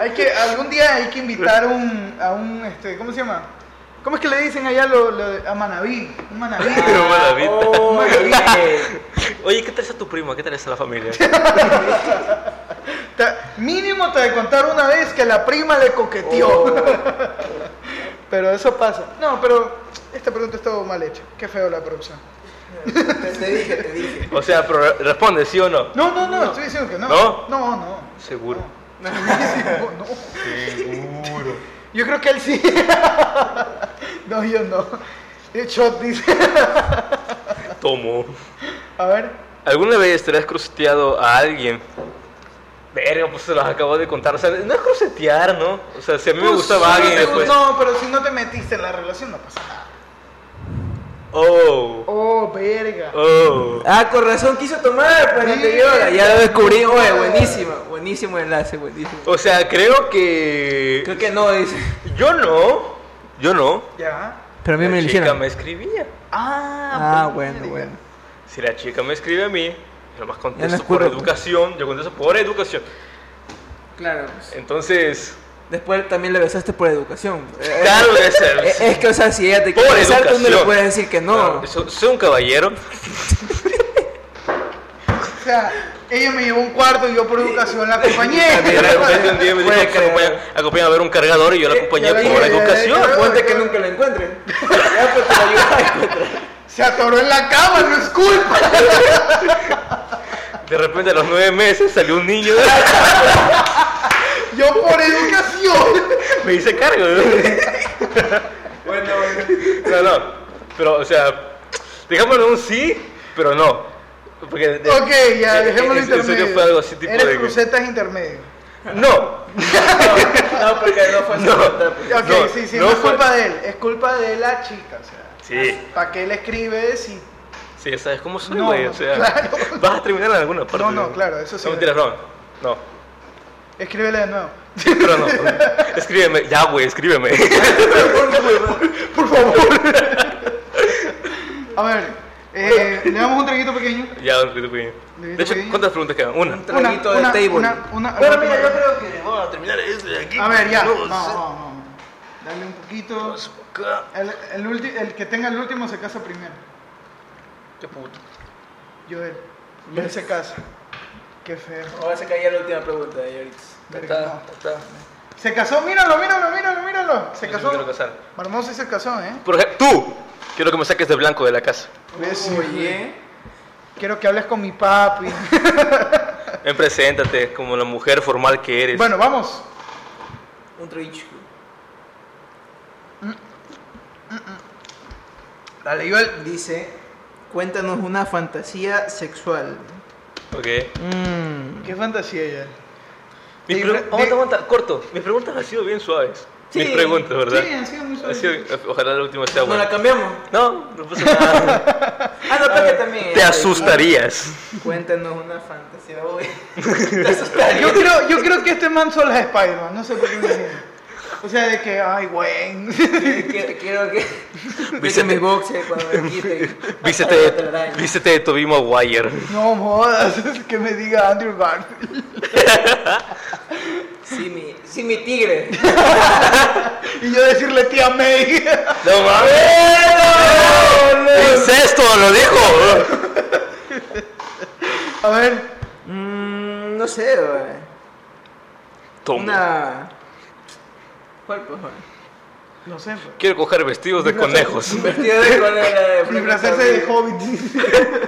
Speaker 1: Hay que, algún día hay que invitar un, a un, este, ¿cómo se llama? ¿Cómo es que le dicen allá lo, lo- a Manaví? Un Manaví.
Speaker 2: Pero mala vida.
Speaker 3: Oh, bien.
Speaker 2: Oye, ¿qué traes a tu prima? ¿Qué traes a la familia?
Speaker 1: Te- mínimo te de contar una vez que la prima le
Speaker 3: Oh.
Speaker 1: coqueteó. Pero eso pasa. No, pero esta pregunta estuvo mal hecha. Qué feo la producción.
Speaker 3: Te te dije, te dije.
Speaker 2: O sea, pero responde, ¿sí o no?
Speaker 1: No, no, no, estoy diciendo que no.
Speaker 2: ¿No?
Speaker 1: No, no.
Speaker 2: Seguro.
Speaker 1: No, no, no.
Speaker 2: Seguro.
Speaker 1: Yo creo que él sí. No, yo no. El shot dice.
Speaker 2: Tomo.
Speaker 1: A ver.
Speaker 2: ¿Alguna vez te has cruceteado a alguien? Verga, pues se los acabo de contar. O sea, no es crucetear, ¿no? O sea, si a mí me
Speaker 1: Pues,
Speaker 2: gustaba
Speaker 1: si no
Speaker 2: alguien
Speaker 1: te
Speaker 2: después.
Speaker 1: gust- No, pero si no te metiste en la relación no pasa nada.
Speaker 2: Oh,
Speaker 1: Oh, verga.
Speaker 2: oh.
Speaker 3: Ah, con razón quiso tomar, pero
Speaker 1: Sí.
Speaker 3: te viola. Ya lo descubrí. Oye, buenísima. Buenísimo enlace, buenísimo.
Speaker 2: O sea, creo que.
Speaker 3: Creo que no, dice.
Speaker 2: Yo no. Yo no.
Speaker 1: Ya.
Speaker 3: Pero a mí
Speaker 2: la
Speaker 3: me lo
Speaker 2: chica
Speaker 3: hicieron.
Speaker 2: me escribía.
Speaker 1: Ah,
Speaker 3: Ah, bueno, bueno.
Speaker 2: Si la chica me escribe a mí, yo más
Speaker 3: Ya no
Speaker 2: contesto
Speaker 3: es
Speaker 2: por
Speaker 3: culpa.
Speaker 2: educación. Yo contesto por educación.
Speaker 3: Claro, pues.
Speaker 2: Entonces.
Speaker 3: Después también le besaste por educación. Eh,
Speaker 2: Claro, es,
Speaker 3: eh, Es que, o sea, si ella te
Speaker 2: Por
Speaker 3: quiere besar, tú no le
Speaker 2: educación.
Speaker 3: puedes decir que no.
Speaker 2: Claro, ah, so- soy un caballero.
Speaker 1: O sea, ella me llevó un cuarto y yo por educación la acompañé.
Speaker 2: De repente un día me
Speaker 3: Puede
Speaker 2: dijo que
Speaker 3: ser.
Speaker 2: acompaña- acompáñame a ver un cargador y yo la acompañé
Speaker 1: Eh, ya la
Speaker 2: por
Speaker 1: dije, ya,
Speaker 2: educación.
Speaker 1: ya, ya.
Speaker 3: Ponte que nunca la encuentren. Ya, pues te la ayudas a encontrar.
Speaker 1: Se atoró en la cama, no es culpa.
Speaker 2: De repente a los nueve meses salió un niño
Speaker 1: Yo por educación.
Speaker 2: me hice cargo.
Speaker 3: Bueno, bueno.
Speaker 2: No, no. Pero, o sea, dejámoslo un sí, pero no. Porque de-
Speaker 1: Ok, ya,
Speaker 2: eh,
Speaker 1: dejémoslo
Speaker 2: eh, eso- Eso
Speaker 1: intermedio.
Speaker 2: que fue algo así tipo
Speaker 1: Eres
Speaker 2: de que-
Speaker 1: crucetas intermedio.
Speaker 2: No,
Speaker 3: No, no, porque no fue su
Speaker 2: No.
Speaker 3: voluntad, pues.
Speaker 1: Ok,
Speaker 2: No,
Speaker 1: sí, sí,
Speaker 2: no
Speaker 1: no, es
Speaker 2: fue-
Speaker 1: culpa de él, es culpa de la chica. O sea,
Speaker 2: Sí.
Speaker 1: ¿para qué le escribes si
Speaker 2: sí, sabes cómo soy,
Speaker 1: No,
Speaker 2: güey. o sea,
Speaker 1: claro.
Speaker 2: vas a terminar en alguna parte.
Speaker 1: No, no,
Speaker 2: güey.
Speaker 1: claro, eso sí.
Speaker 2: No mentiras, no. No,
Speaker 1: escríbele de nuevo?
Speaker 2: pero no. Escríbeme, ya, güey, escríbeme.
Speaker 1: Por favor. A ver, eh, le damos un traguito pequeño.
Speaker 2: Ya, don Pedro Pequeño. De hecho, ¿cuántas preguntas quedan? Una.
Speaker 3: Un traguito de
Speaker 1: una,
Speaker 3: table.
Speaker 1: Una, una,
Speaker 2: Bueno,
Speaker 1: una-
Speaker 2: mira, yo creo que vamos a terminar esto de aquí.
Speaker 1: A ver, ya.
Speaker 2: No,
Speaker 1: Vamos, vamos, vamos. Dale un poquito.
Speaker 2: acá.
Speaker 1: El, el, ulti- el que tenga el último se casa primero.
Speaker 2: Qué puto.
Speaker 1: Joel. Joel se casa. Qué feo.
Speaker 3: Ahora se caía la última pregunta de ahorita.
Speaker 1: Verga, no. Se casó, míralo, míralo, míralo, míralo. Se
Speaker 2: Yo
Speaker 1: casó.
Speaker 2: me quiero casar.
Speaker 1: Marmosa se casó, ¿eh?
Speaker 2: Por ejemplo, tú. Quiero que me saques de blanco de la casa.
Speaker 3: Oye.
Speaker 1: Quiero que hables con mi papi.
Speaker 2: Ven, preséntate como la mujer formal que eres.
Speaker 1: bueno, vamos.
Speaker 3: Un traguito. Mm,
Speaker 1: Dale, Joel.
Speaker 3: Dice, cuéntanos una fantasía sexual.
Speaker 2: Ok.
Speaker 3: Mm.
Speaker 1: Qué fantasía, Joel.
Speaker 2: Mis
Speaker 1: Sí,
Speaker 2: pre-
Speaker 1: re-
Speaker 2: Aguanta,
Speaker 1: de-
Speaker 2: aguanta, corto. Mis preguntas han sido bien suaves.
Speaker 3: Sí.
Speaker 2: Mis preguntas, ¿verdad?
Speaker 1: Sí, han sido muy
Speaker 2: Ha sido-
Speaker 1: suaves.
Speaker 2: ojalá la última sea
Speaker 3: ¿No la
Speaker 2: buena.
Speaker 3: cambiamos?
Speaker 2: No, no pasa nada.
Speaker 3: Ah, no, pero que también.
Speaker 2: Te asustarías.
Speaker 3: Cuéntanos una fantasía, güey. Te asustaría.
Speaker 1: Yo creo, yo creo que este man solo es Spider-Man, no sé por qué me viene. O sea, de que, ay, güey.
Speaker 3: Quiero, quiero que. Viste
Speaker 2: Vicente-
Speaker 3: mi boxe cuando me quite.
Speaker 2: Vístete
Speaker 3: Ay, la
Speaker 2: de,
Speaker 3: telaraña.
Speaker 2: vístete de Tobey Maguire.
Speaker 1: No modas, que me diga Andrew Garfield.
Speaker 3: Sí, mi, sí, mi tigre.
Speaker 1: Y yo decirle tía May.
Speaker 2: ¡No mames! ¡Incesto! ¡Lo dijo!
Speaker 1: A ver,
Speaker 3: Mm, no sé, güey.
Speaker 2: Tomo.
Speaker 3: Una. ¿Cuál, pues, güey?
Speaker 1: no sé. pues.
Speaker 2: Quiero coger vestidos de conejos.
Speaker 3: Un vestido de colega de.
Speaker 1: Mi frase de hobbit.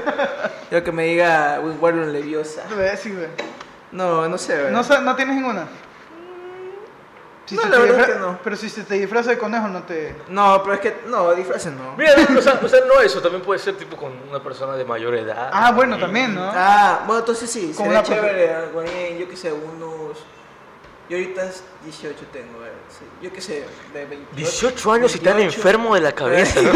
Speaker 3: Quiero que me diga Wingardium Leviosa.
Speaker 1: Ve, sí, ve.
Speaker 3: No, no sé, eh. güey.
Speaker 1: No, sa- no tienes ninguna.
Speaker 3: Mm,
Speaker 1: se
Speaker 3: No, la
Speaker 1: te
Speaker 3: verdad
Speaker 1: disfra-
Speaker 3: que no.
Speaker 1: Pero si se te disfraza de conejo, no te.
Speaker 3: No, pero es que. No, disfraces no.
Speaker 2: Mira, o sea, o sea, no eso, también puede ser tipo con una persona de mayor edad.
Speaker 1: Ah, bueno, también, ¿no?
Speaker 3: Ah, bueno, entonces sí,
Speaker 1: Con
Speaker 3: sería
Speaker 1: una
Speaker 3: chévere, alguien, yo que sé, unos... Yo ahorita 18 tengo, eh, sí, yo que sé, de 28,
Speaker 2: 18 años y tan
Speaker 3: 28.
Speaker 2: enfermo de la cabeza, ¿no?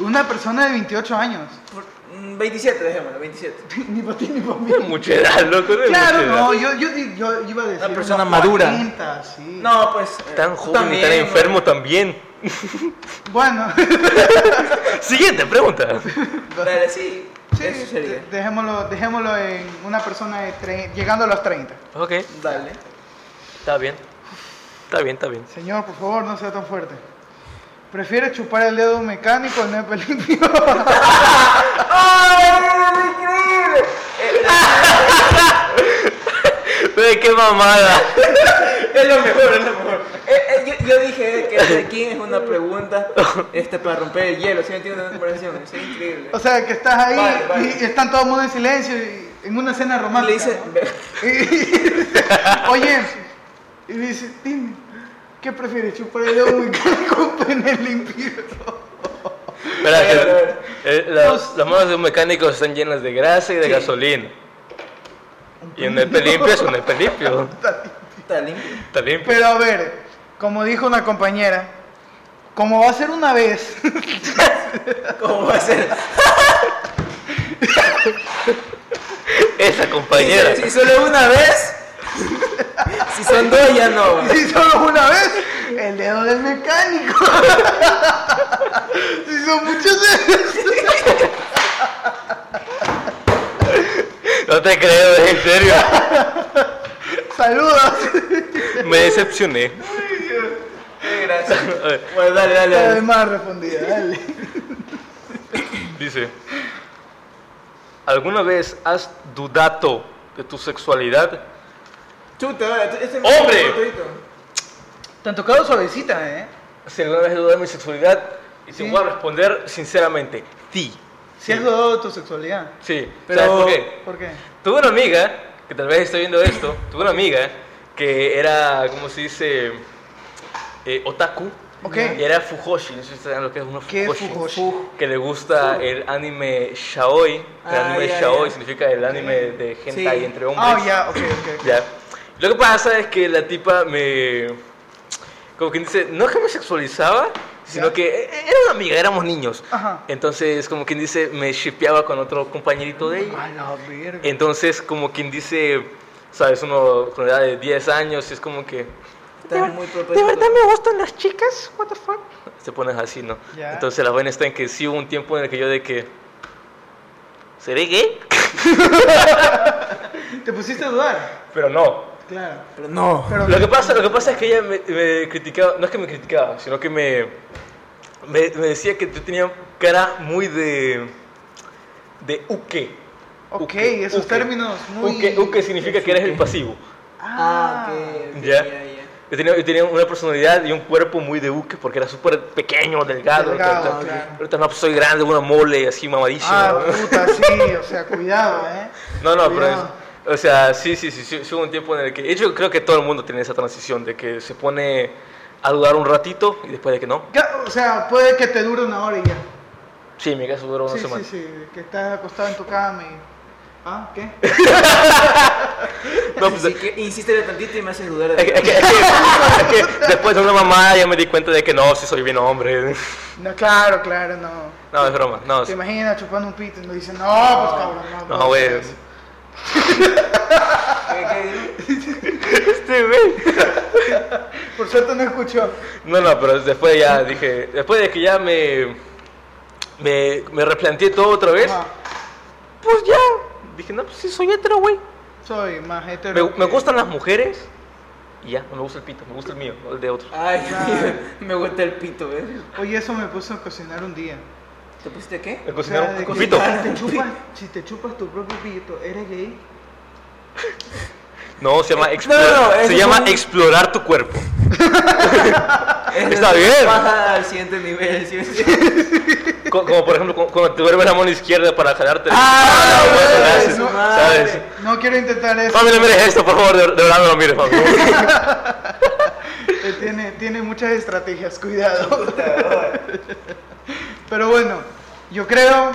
Speaker 1: Una persona de 28 años.
Speaker 3: Por- mm, 27, dejémoslo, 27.
Speaker 1: ni para ti ni para mí.
Speaker 2: No es mucha edad, loco. no es
Speaker 1: Claro,
Speaker 2: mucha edad.
Speaker 1: no, yo, yo, di- yo iba a decir.
Speaker 3: persona
Speaker 1: unos
Speaker 3: madura.
Speaker 1: 40, sí.
Speaker 3: No, pues... eh,
Speaker 2: Tan
Speaker 3: tú
Speaker 2: joven y
Speaker 3: también,
Speaker 2: tan
Speaker 3: güey.
Speaker 2: enfermo también.
Speaker 1: Bueno.
Speaker 2: Siguiente pregunta.
Speaker 3: Dale, sí.
Speaker 1: Sí,
Speaker 3: Eso sería.
Speaker 1: de- dejémoslo, dejémoslo en una persona de tre- llegando a los 30.
Speaker 2: Ok,
Speaker 3: Dale.
Speaker 2: está bien. Está bien, está bien.
Speaker 1: Señor, por favor, no sea tan fuerte. ¿Prefieres chupar el dedo de un mecánico o el nepe limpio?
Speaker 3: ¡Ay, increíble!
Speaker 2: Güey, ¡Qué mamada!
Speaker 3: Es lo mejor, es lo mejor. Eh, eh, yo, yo dije que de quién es una pregunta este, para romper el hielo, si me entiendes una conversación, es increíble.
Speaker 1: o sea, que estás ahí
Speaker 3: Vale, vale.
Speaker 1: y están todo el mundo en silencio y en una cena romántica.
Speaker 3: le dice,
Speaker 1: ¿no? Oye, y dice, dime, ¿qué prefieres? ¿Chupar el dedo de un mecánico o un pene limpio?
Speaker 2: Espera,
Speaker 3: A ver,
Speaker 2: que-
Speaker 3: a ver.
Speaker 2: eh, la-
Speaker 1: Los-
Speaker 2: las manos de un mecánico están llenas de grasa y de
Speaker 3: Sí.
Speaker 2: gasolina. Y un nepe limpio es un nepe limpio.
Speaker 3: está limpio.
Speaker 2: Está limpio.
Speaker 1: Pero a ver, como dijo una compañera, como va a ser una vez,
Speaker 3: ¿Cómo va a ser?
Speaker 2: Esa compañera.
Speaker 3: Si, si solo una vez, si son dos ya no.
Speaker 1: si solo una vez, el dedo del mecánico. si son muchas veces.
Speaker 2: No te creo, es en serio.
Speaker 1: Saludos.
Speaker 2: Me decepcioné.
Speaker 3: Gracias.
Speaker 2: A ver,
Speaker 3: Bueno, dale, dale,
Speaker 1: Además
Speaker 3: dale.
Speaker 1: más respondida, dale.
Speaker 2: Dice, ¿alguna vez has dudado de tu sexualidad?
Speaker 3: Chuta, este
Speaker 2: ¡Hombre!
Speaker 1: Te han tocado suavecita, ¿eh?
Speaker 2: Si alguna vez he dudado de mi sexualidad, y te
Speaker 1: Sí.
Speaker 2: voy a responder sinceramente, sí.
Speaker 1: Si has dudado de tu sexualidad.
Speaker 2: Sí,
Speaker 3: Pero-
Speaker 2: ¿sabes por qué?
Speaker 1: ¿Por qué?
Speaker 2: Tuve una amiga, que tal vez esté viendo esto, tuve una amiga que era, ¿cómo se dice? Eh, otaku.
Speaker 1: Ok.
Speaker 2: Y era Fujoshi, no sé si saben lo que es una
Speaker 1: ¿Qué
Speaker 2: Fujoshi.
Speaker 1: fujoshi?
Speaker 2: Que le gusta el anime Shaoi. El
Speaker 3: Ah,
Speaker 2: anime
Speaker 3: ya,
Speaker 2: Shaoi
Speaker 3: ya.
Speaker 2: significa el anime de hentai
Speaker 3: Sí.
Speaker 2: entre hombres.
Speaker 1: Ah, ya, ok, ok.
Speaker 2: Ya. Lo que pasa es que la tipa me. Como quien dice, no es que me sexualizaba, sino
Speaker 1: Ya.
Speaker 2: que e- era una amiga, éramos niños.
Speaker 1: Ajá.
Speaker 2: Entonces, como quien dice, me shipeaba con otro compañerito de ella.
Speaker 1: A la verga.
Speaker 2: Entonces, como quien dice, sabes, uno con la edad de 10 años, y es como que.
Speaker 3: Estás muy
Speaker 2: ¿De
Speaker 3: propenso.
Speaker 2: verdad me gustan las chicas? ¿What the fuck? Te pones así, ¿no?
Speaker 1: Ya.
Speaker 2: Entonces, la vaina está en que sí hubo un tiempo en el que yo de que. ¿Seré gay?
Speaker 1: Te pusiste a dudar.
Speaker 2: Pero no,
Speaker 1: Claro.
Speaker 3: Pero no.
Speaker 1: Pero
Speaker 2: Lo que pasa, lo que pasa es que ella me, me criticaba, no es que me criticaba, sino que me, me, me decía que yo tenía cara muy de de uke.
Speaker 1: Ok,
Speaker 2: Uke,
Speaker 1: esos
Speaker 2: uke.
Speaker 1: términos muy.
Speaker 2: Uke, uke significa que eres el pasivo.
Speaker 1: Ah,
Speaker 3: Ah, ok. ok,
Speaker 2: Ya.
Speaker 3: Ya, ya.
Speaker 2: Yo tenía, yo tenía una personalidad y un cuerpo muy de uke porque era súper pequeño, delgado.
Speaker 1: Delgado,
Speaker 2: ahorita-
Speaker 1: claro.
Speaker 2: ahorita no, pues, soy grande, una mole, así mamadísimo.
Speaker 1: Ah, puta, sí, o sea, cuidado, ¿eh?
Speaker 2: No, no, pero
Speaker 1: Cuidado.
Speaker 2: es- o sea, sí, sí, sí, sí, sí hubo un tiempo en el que, de hecho, creo que todo el mundo tiene esa transición de que se pone a dudar un ratito y después de que no.
Speaker 1: Ya, O sea, puede que te dure una hora y ya.
Speaker 2: Sí, en mi caso duró una
Speaker 1: Sí,
Speaker 2: semana.
Speaker 1: sí, sí, que estás acostado en tu cama y. ¿Ah? ¿Qué?
Speaker 2: No, pues,
Speaker 3: Así que insístele tantito y me haces dudar
Speaker 2: Es que,
Speaker 3: de
Speaker 2: es que- es que después de una mamada ya me di cuenta de que no, si soy bien hombre.
Speaker 1: No, claro, claro, no.
Speaker 2: No, es broma. No,
Speaker 1: Te
Speaker 2: es-
Speaker 1: imaginas chupando un pito y me dicen, no, pues cabrón, no.
Speaker 2: no, güey.
Speaker 3: ¿Qué- qué-
Speaker 2: Este, güey.
Speaker 1: Por suerte no escuchó.
Speaker 2: No, no, pero después ya dije. Después de que ya me. Me, me replanteé todo otra vez.
Speaker 1: Ajá.
Speaker 2: Pues ya. Dije, no, pues sí soy hetero, güey.
Speaker 1: Soy más
Speaker 2: Me,
Speaker 1: hetero.
Speaker 2: me gustan las mujeres. Y ya, no me gusta el pito, me gusta el mío, no el de otro.
Speaker 3: Ay, me gusta el pito, ¿ves?
Speaker 1: Oye, eso me puso a cocinar un día.
Speaker 3: ¿Te pusiste qué?
Speaker 1: O
Speaker 2: Me
Speaker 1: sea,
Speaker 2: cocinaron
Speaker 1: de
Speaker 2: con
Speaker 1: que
Speaker 2: pito.
Speaker 1: Si te, chupas, si te chupas tu propio pito, ¿eres gay?
Speaker 2: No, se llama,
Speaker 3: no, no,
Speaker 2: explora-
Speaker 3: eso
Speaker 2: se
Speaker 3: es
Speaker 2: llama
Speaker 3: un-
Speaker 2: explorar tu cuerpo.
Speaker 3: Es-
Speaker 2: Está bien.
Speaker 3: Baja al siguiente nivel. ¿sí?
Speaker 2: Co- Como, por ejemplo, cu- cuando te duermes la mano izquierda para jalarte. el-
Speaker 3: Ah,
Speaker 2: no,
Speaker 3: güey,
Speaker 2: no, gracias,
Speaker 1: no,
Speaker 2: ¿sabes?
Speaker 1: No quiero intentar eso.
Speaker 2: Mami, no mires esto, por favor, de, de verdad no lo mires, mami.
Speaker 1: Eh, Tiene, tiene muchas estrategias, cuidado. Pero bueno, yo creo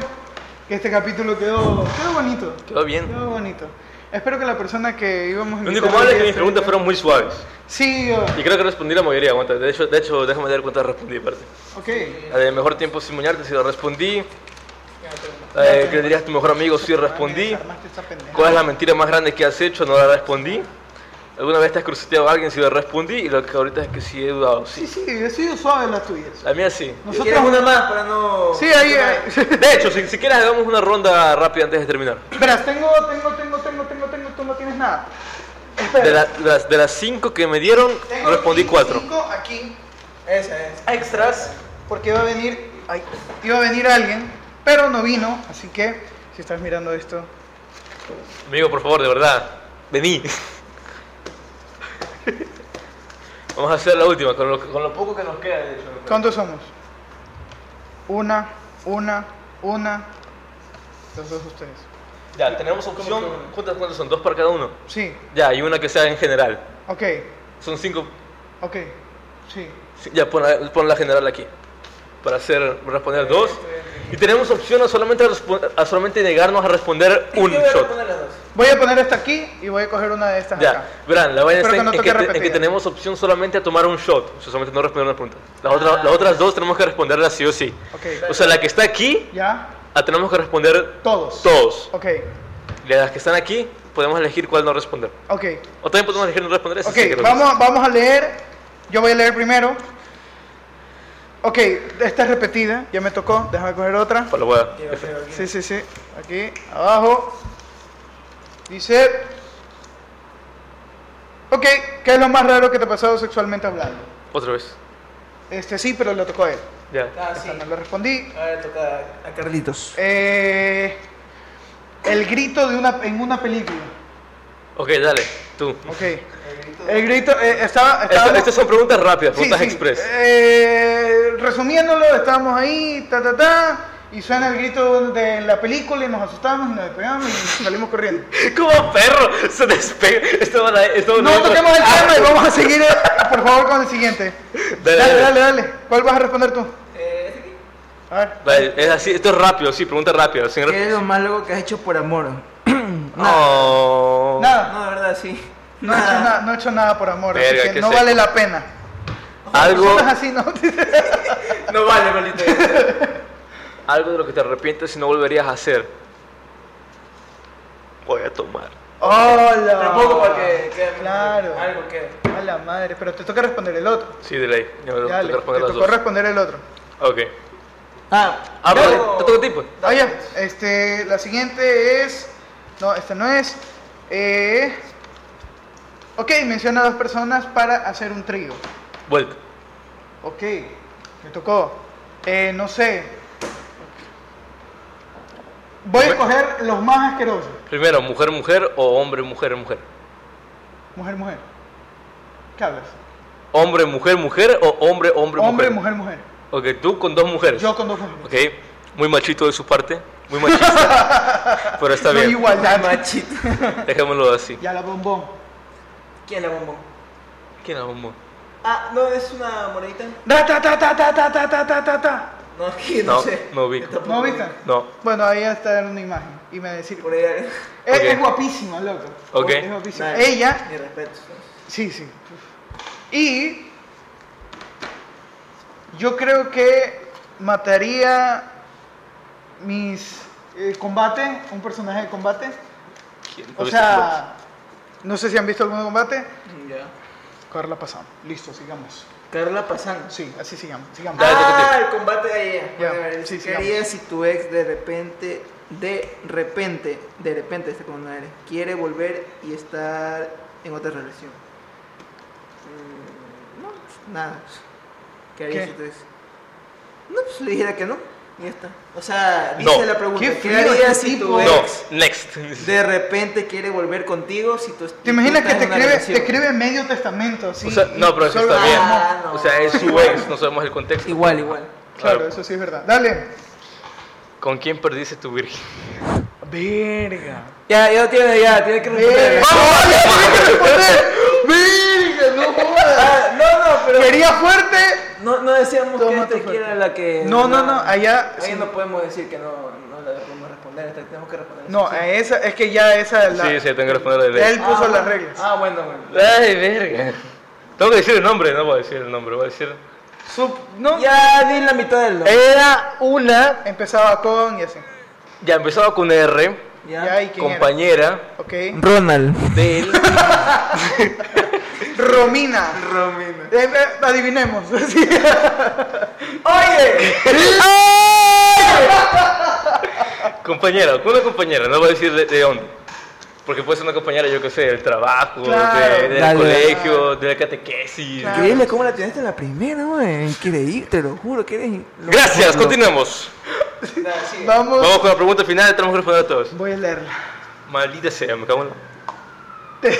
Speaker 1: que este capítulo quedó, quedó bonito.
Speaker 2: Quedó bien.
Speaker 1: Quedó bonito. Espero que la persona que íbamos a
Speaker 2: Lo único
Speaker 1: invitar
Speaker 2: malo
Speaker 1: hoy
Speaker 2: es que
Speaker 1: día
Speaker 2: mis preguntas
Speaker 1: esté-
Speaker 2: fueron muy suaves.
Speaker 1: Sí, yo-
Speaker 2: Y creo que respondí la mayoría, aguanta. De hecho, de hecho déjame dar cuenta respondí, parte.
Speaker 1: ok.
Speaker 2: La de mejor tiempo sin bañarte, sí la respondí. La de que le dirías a tu mejor amigo, sí
Speaker 1: Ah, me
Speaker 2: respondí.
Speaker 1: desarmaste esa pendeja.
Speaker 2: ¿Cuál es la mentira más grande que has hecho? No la respondí. ¿Alguna vez te has cruceteado a alguien si le respondí? Y lo que ahorita es que sí he dudado. Sí.
Speaker 1: Sí, sí, yo soy suave en las tuyas.
Speaker 2: La mía sí.
Speaker 3: ¿Quieres
Speaker 1: Nosotros
Speaker 3: una más para no.
Speaker 1: Sí, ahí. eh, ahí.
Speaker 2: De hecho, si, si quieres, hagamos una ronda rápida antes de terminar.
Speaker 1: Verás, tengo, tengo, tengo, tengo, tengo, tengo, tú no tienes nada. Espera.
Speaker 2: De, la- de las, de las cinco que me dieron,
Speaker 1: Tengo
Speaker 2: respondí
Speaker 1: cinco,
Speaker 2: cuatro.
Speaker 1: cinco aquí,
Speaker 3: Esa es.
Speaker 1: extras, porque iba a venir, ay, iba a venir alguien, pero no vino, así que si estás mirando esto,
Speaker 2: Amigo, por favor, de verdad, vení. Vamos a hacer la última, con lo, con lo poco que nos queda, de hecho.
Speaker 1: ¿cuántos somos? Una, una, una, los dos ustedes.
Speaker 2: Ya, tenemos opción. ¿Cuántas, cuántas son? ¿Dos para cada uno?
Speaker 1: Sí,
Speaker 2: Ya, y una que sea en general.
Speaker 1: ok,
Speaker 2: Son cinco.
Speaker 1: ok, sí.
Speaker 2: sí, Ya, pon la, pon la general aquí. Para hacer, responder dos. Y tenemos opción a solamente, respo- a solamente negarnos a responder
Speaker 3: Yo
Speaker 2: un
Speaker 3: voy a
Speaker 2: shot.
Speaker 3: poner las dos.
Speaker 1: Voy a poner esta aquí y voy a coger una de estas acá.
Speaker 2: Ya, verán, la vaina
Speaker 1: Pero
Speaker 2: está
Speaker 1: que
Speaker 2: en,
Speaker 1: no
Speaker 2: en
Speaker 1: toque
Speaker 2: que, te- en
Speaker 1: repetidas.
Speaker 2: que tenemos opción solamente a tomar un shot. O sea, solamente no responder una pregunta. Las otras,
Speaker 1: Ah.
Speaker 2: las otras dos tenemos que responderlas sí o sí.
Speaker 1: Ok,
Speaker 2: O sea, la que está aquí,
Speaker 1: ya,
Speaker 2: la tenemos que responder
Speaker 1: todos.
Speaker 2: todos.
Speaker 1: Ok,
Speaker 2: Y Las que están aquí, podemos elegir cuál no responder.
Speaker 1: ok,
Speaker 2: O también podemos elegir no responder esa.
Speaker 1: ok,
Speaker 2: si queremos.
Speaker 1: vamos, vamos a leer, yo voy a leer primero. Ok, esta es repetida, ya me tocó, déjame coger otra.
Speaker 2: Por la hueá.
Speaker 3: Yo creo que-
Speaker 1: Sí, sí, sí. Aquí, abajo. Dice. Ok, ¿qué es lo más raro que te ha pasado sexualmente hablando?
Speaker 2: Otra vez.
Speaker 1: Este sí, pero le tocó a él.
Speaker 2: Ya.
Speaker 3: Ah, sí.
Speaker 1: Esta no le respondí.
Speaker 3: Ahora toca a- a Carlitos.
Speaker 1: Eh, el grito de una, en una película.
Speaker 2: Ok, dale, tú.
Speaker 1: Ok. El grito. eh, estaba.
Speaker 2: Esta-
Speaker 1: estaba
Speaker 2: estas son preguntas rápidas,
Speaker 1: Sí,
Speaker 2: preguntas
Speaker 1: sí.
Speaker 2: express.
Speaker 1: Eh, resumiéndolo, estábamos ahí, ta, ta, ta. Y suena el grito de la película y nos asustamos y nos despegamos y salimos corriendo.
Speaker 2: Como perro, se despega. Esto van a- esto van a-
Speaker 1: No toquemos el
Speaker 2: Ah,
Speaker 1: tema y vamos a seguir, eh, por favor, con el siguiente. Dale,
Speaker 2: Dale, dale.
Speaker 1: dale, dale. ¿Cuál vas a responder tú?
Speaker 3: Eh, ¿este aquí?
Speaker 1: A ver.
Speaker 2: Vale, es así, esto es rápido, sí, pregunta rápida. Sin...
Speaker 3: ¿Qué es lo más loco que has hecho por amor?
Speaker 2: Oh.
Speaker 1: Nada.
Speaker 3: No, de verdad, sí.
Speaker 1: No he, hecho nada, no he hecho nada por amor, así
Speaker 2: Verga,
Speaker 1: que
Speaker 2: qué
Speaker 1: no
Speaker 2: seco.
Speaker 1: vale la pena.
Speaker 2: Algo,
Speaker 1: Personas así, ¿no?
Speaker 3: No vale, maldito.
Speaker 2: algo de lo que te arrepientes y no volverías a hacer. Voy a tomar.
Speaker 1: Hola.
Speaker 3: Tampoco porque quede-
Speaker 1: Claro.
Speaker 3: Algo que.
Speaker 1: A la madre, pero te toca responder el otro.
Speaker 2: Sí, de ley. Ya me toca
Speaker 1: Dale, te
Speaker 2: responder las
Speaker 1: tocó
Speaker 2: dos.
Speaker 1: responder el otro.
Speaker 2: Ok.
Speaker 3: Ah,
Speaker 2: Ah,
Speaker 3: yo-
Speaker 2: pero ¿te toca tipo?
Speaker 1: Ah, ya. Este, la siguiente es. No, esta no es. Eh... Ok, menciona a dos personas para hacer un trío.
Speaker 2: Vuelta.
Speaker 1: Ok, me tocó. Eh, no sé. Voy a escoger los más asquerosos.
Speaker 2: Primero, mujer, mujer o hombre, mujer, mujer.
Speaker 1: Mujer, mujer. ¿Qué hablas?
Speaker 2: Hombre, mujer, mujer o hombre, hombre,
Speaker 1: Hombre,
Speaker 2: mujer. Pues.
Speaker 1: mujer, mujer.
Speaker 2: Ok, tú con dos mujeres.
Speaker 1: Yo con dos mujeres.
Speaker 2: Ok, muy machito de su parte, muy machista, pero está
Speaker 1: No hay
Speaker 2: bien,
Speaker 3: La
Speaker 1: igualdad.
Speaker 3: machito.
Speaker 2: dejémoslo así.
Speaker 1: Ya la bombón.
Speaker 3: ¿Quién la bombón?
Speaker 2: ¿Quién es Momo?
Speaker 3: Ah, no, es una monedita.
Speaker 1: Da, ta, ta, ta, ta, ta, ta, ta, ta, ta, ta.
Speaker 3: No, aquí no,
Speaker 2: No,
Speaker 3: sé.
Speaker 2: no ubico.
Speaker 3: Tampoco.
Speaker 1: ¿No viste?
Speaker 2: No,
Speaker 1: Bueno, ahí está en una imagen. Y me decir.
Speaker 3: Por ahí.
Speaker 1: Es,
Speaker 2: Ok.
Speaker 1: es guapísima, loco.
Speaker 2: Ok.
Speaker 1: Es guapísima.
Speaker 3: Nice.
Speaker 1: Ella.
Speaker 3: Mi respeto.
Speaker 1: Sí, sí. Y. Yo creo que mataría mis eh, combate, un personaje de combate.
Speaker 2: ¿quién? Pues,
Speaker 1: O sea, no sé si han visto algún combate.
Speaker 3: Ya.
Speaker 1: Carla pasamos. Listo, sigamos.
Speaker 3: Carla Pazán.
Speaker 1: Sí, así sigamos. sigamos.
Speaker 2: Dale,
Speaker 3: Ah,
Speaker 2: toca
Speaker 3: el combate de ella.
Speaker 1: Ya,
Speaker 3: A ver,
Speaker 1: sí, sí,
Speaker 3: ¿Qué harías si tu ex de repente, de repente, de repente, está con una R, quiere volver y estar en otra relación? Mm, No, pues, nada. ¿Qué harías
Speaker 1: ¿Qué?
Speaker 3: si tu ex? No, pues le dijera que no. Y ya está. O sea,
Speaker 2: No.
Speaker 3: dice la pregunta.
Speaker 1: Qué
Speaker 3: ¿Qué,
Speaker 1: frío
Speaker 3: harías
Speaker 1: este
Speaker 3: si
Speaker 1: tipo.
Speaker 3: tu
Speaker 2: No,
Speaker 3: ex
Speaker 2: next.
Speaker 3: de repente quiere volver contigo? Si tu
Speaker 1: ¿Te imaginas que te escribe, te
Speaker 3: escribes
Speaker 1: escribe medio testamento? Así,
Speaker 2: O sea, no, pero eso
Speaker 1: Solo-
Speaker 2: está bien.
Speaker 1: Ah,
Speaker 3: no.
Speaker 2: O sea, es su ex, no sabemos el contexto.
Speaker 3: Igual, igual.
Speaker 1: Claro, eso sí es verdad. Dale.
Speaker 2: ¿Con quién perdiste tu virgen?
Speaker 1: Verga.
Speaker 3: Ya, ya tiene, ya, tiene
Speaker 1: Eh,
Speaker 3: que responder.
Speaker 1: Verga, no jodas.
Speaker 3: Ah, no, no, pero.
Speaker 1: Quería fuerte.
Speaker 3: No, no decíamos
Speaker 1: Toma
Speaker 3: que
Speaker 1: tu
Speaker 3: esta
Speaker 1: fuerte.
Speaker 3: que era la que.
Speaker 1: No, no, no, allá-
Speaker 3: Ahí
Speaker 1: sí.
Speaker 3: no podemos decir que no, no la podemos responder, esta tenemos que responder.
Speaker 1: No,
Speaker 3: Sí.
Speaker 1: a esa, es que ya esa es la.
Speaker 2: Sí, sí, tengo que responder de ley.
Speaker 1: Él puso
Speaker 3: bueno.
Speaker 1: las reglas.
Speaker 3: Ah, bueno, bueno.
Speaker 2: Ay, verga. Tengo que decir el nombre, no voy a decir el nombre, voy a decir...
Speaker 1: Sup- no.
Speaker 3: Ya di
Speaker 1: Eh,
Speaker 3: la mitad del nombre.
Speaker 2: Era una...
Speaker 1: Empezaba con y así.
Speaker 2: Ya empezaba con R,
Speaker 3: Ya.
Speaker 1: Ya, ¿y quién era?
Speaker 2: compañera
Speaker 1: Ok.
Speaker 4: Ronald.
Speaker 2: de él.
Speaker 1: Romina.
Speaker 3: Romina.
Speaker 1: Eh, eh, adivinemos. Sí.
Speaker 3: Oye,
Speaker 2: compañera, una compañera, no voy a decir de, de dónde. Porque puede ser una compañera, yo qué sé, del trabajo,
Speaker 1: Claro.
Speaker 2: de- del
Speaker 4: Dale.
Speaker 2: colegio, de la catequesis.
Speaker 1: Claro.
Speaker 4: Increíble cómo la tienes en la primera, man. Increíble, te lo juro que eres. lo-
Speaker 2: Gracias,
Speaker 4: lo-
Speaker 2: continuemos.
Speaker 3: Nada, sigue.
Speaker 1: Vamos.
Speaker 2: Vamos con la pregunta final, tenemos que responder a todos.
Speaker 1: Voy a leerla.
Speaker 2: Maldita sea, me cago en la...
Speaker 3: ¿Qué,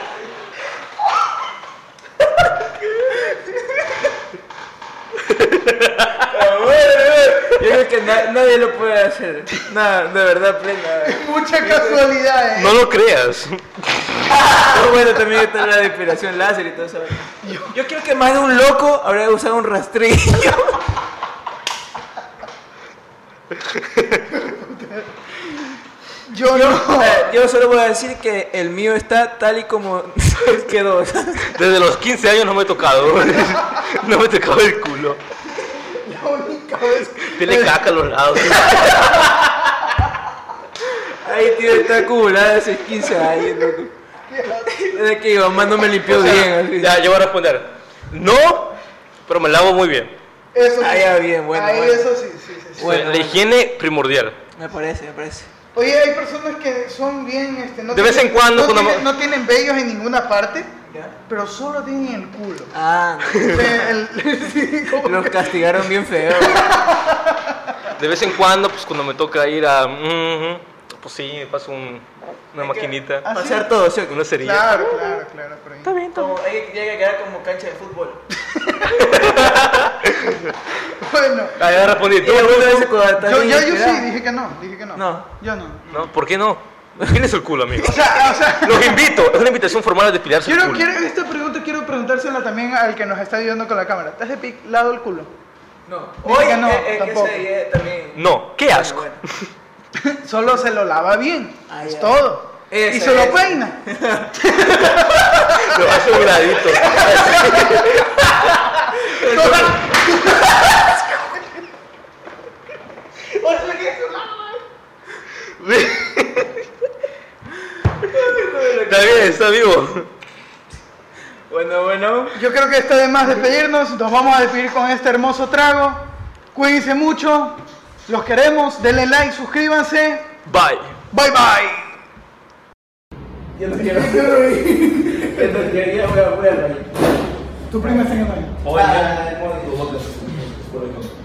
Speaker 3: Yo creo que na- nadie lo puede hacer. Nada, de verdad pues, plena.
Speaker 1: Mucha casualidad, eh.
Speaker 2: No lo creas.
Speaker 3: Pero bueno, también está la depilación láser y todo eso. Yo, yo creo que más de un loco habría usado un rastrillo.
Speaker 1: Yo
Speaker 3: Yo,
Speaker 1: no.
Speaker 3: eh, yo solo voy a decir que el mío está tal y como quedó.
Speaker 2: Desde los 15 años no me he tocado. No me he tocado el culo.
Speaker 1: La única vez que-
Speaker 2: Tiene caca a los lados.
Speaker 3: Ahí tío está acumulada hace 15 años, loco. Desde que mi mamá no me limpió bien. Así.
Speaker 2: Ya, yo voy a responder. No, pero me lavo muy bien.
Speaker 1: Eso sí.
Speaker 3: Ah, ya, bien, bueno,
Speaker 1: Ahí
Speaker 3: bueno.
Speaker 1: eso sí, sí, sí, sí.
Speaker 3: Bueno,
Speaker 2: la
Speaker 3: bueno.
Speaker 2: higiene primordial.
Speaker 3: Me parece, me parece.
Speaker 1: Oye, hay personas que son bien, este, no
Speaker 2: De vez en cuando,
Speaker 1: no,
Speaker 2: cuando-
Speaker 1: tienen, no tienen vellos en ninguna parte,
Speaker 3: ¿Ya?
Speaker 1: pero solo tienen el culo.
Speaker 3: Ah,
Speaker 1: O sea, el- sí, como
Speaker 3: no. los
Speaker 1: que-
Speaker 3: castigaron bien feo.
Speaker 2: De vez en cuando, pues cuando me toca ir a. mm, Pues sí, me paso un- una maquinita,
Speaker 1: Ah, sí.
Speaker 3: Pasar todo, ¿sí?
Speaker 2: una cerilla.
Speaker 1: Claro, claro, claro, por ahí.
Speaker 3: Como, hay que llega a quedar como cancha de fútbol.
Speaker 1: Bueno,
Speaker 2: Ah, ya respondí.
Speaker 3: Y
Speaker 2: ¿Tú?
Speaker 3: alguna vez cuando estás
Speaker 1: yo, yo, yo
Speaker 3: desesperado.
Speaker 1: sí, dije que no, dije que no.
Speaker 3: No.
Speaker 1: Yo no.
Speaker 2: No, ¿por qué no? Tienes el culo, amigo.
Speaker 1: O sea, o sea,
Speaker 2: Los invito, es una invitación formal a despilarse el
Speaker 1: quiero,
Speaker 2: culo.
Speaker 1: quiero, esta pregunta quiero preguntársela también al que nos está ayudando con la cámara. ¿Te has depilado el culo?
Speaker 3: No.
Speaker 1: Dije
Speaker 3: Oye,
Speaker 1: que no,
Speaker 3: no, eh, eh, que
Speaker 1: tampoco.
Speaker 3: ese, eh, también.
Speaker 2: No, qué asco.
Speaker 3: Bueno, bueno.
Speaker 1: Solo se lo lava bien,
Speaker 3: Ah,
Speaker 1: es
Speaker 3: ya.
Speaker 1: todo.
Speaker 3: Ese,
Speaker 1: y se lo
Speaker 3: ese.
Speaker 1: peina.
Speaker 2: Lo hace un ladito. Está bien, está vivo.
Speaker 3: Bueno, bueno.
Speaker 1: Yo creo que está de más despedirnos. Nos vamos a despedir con este hermoso trago. Cuídense mucho. Los queremos. Denle like, suscríbanse.
Speaker 2: Bye.
Speaker 1: Bye bye.
Speaker 3: Yo no quiero. Yo no quería, voy a, voy a reír.
Speaker 1: Tu prima está en el baño.
Speaker 3: Ah, no, no, no.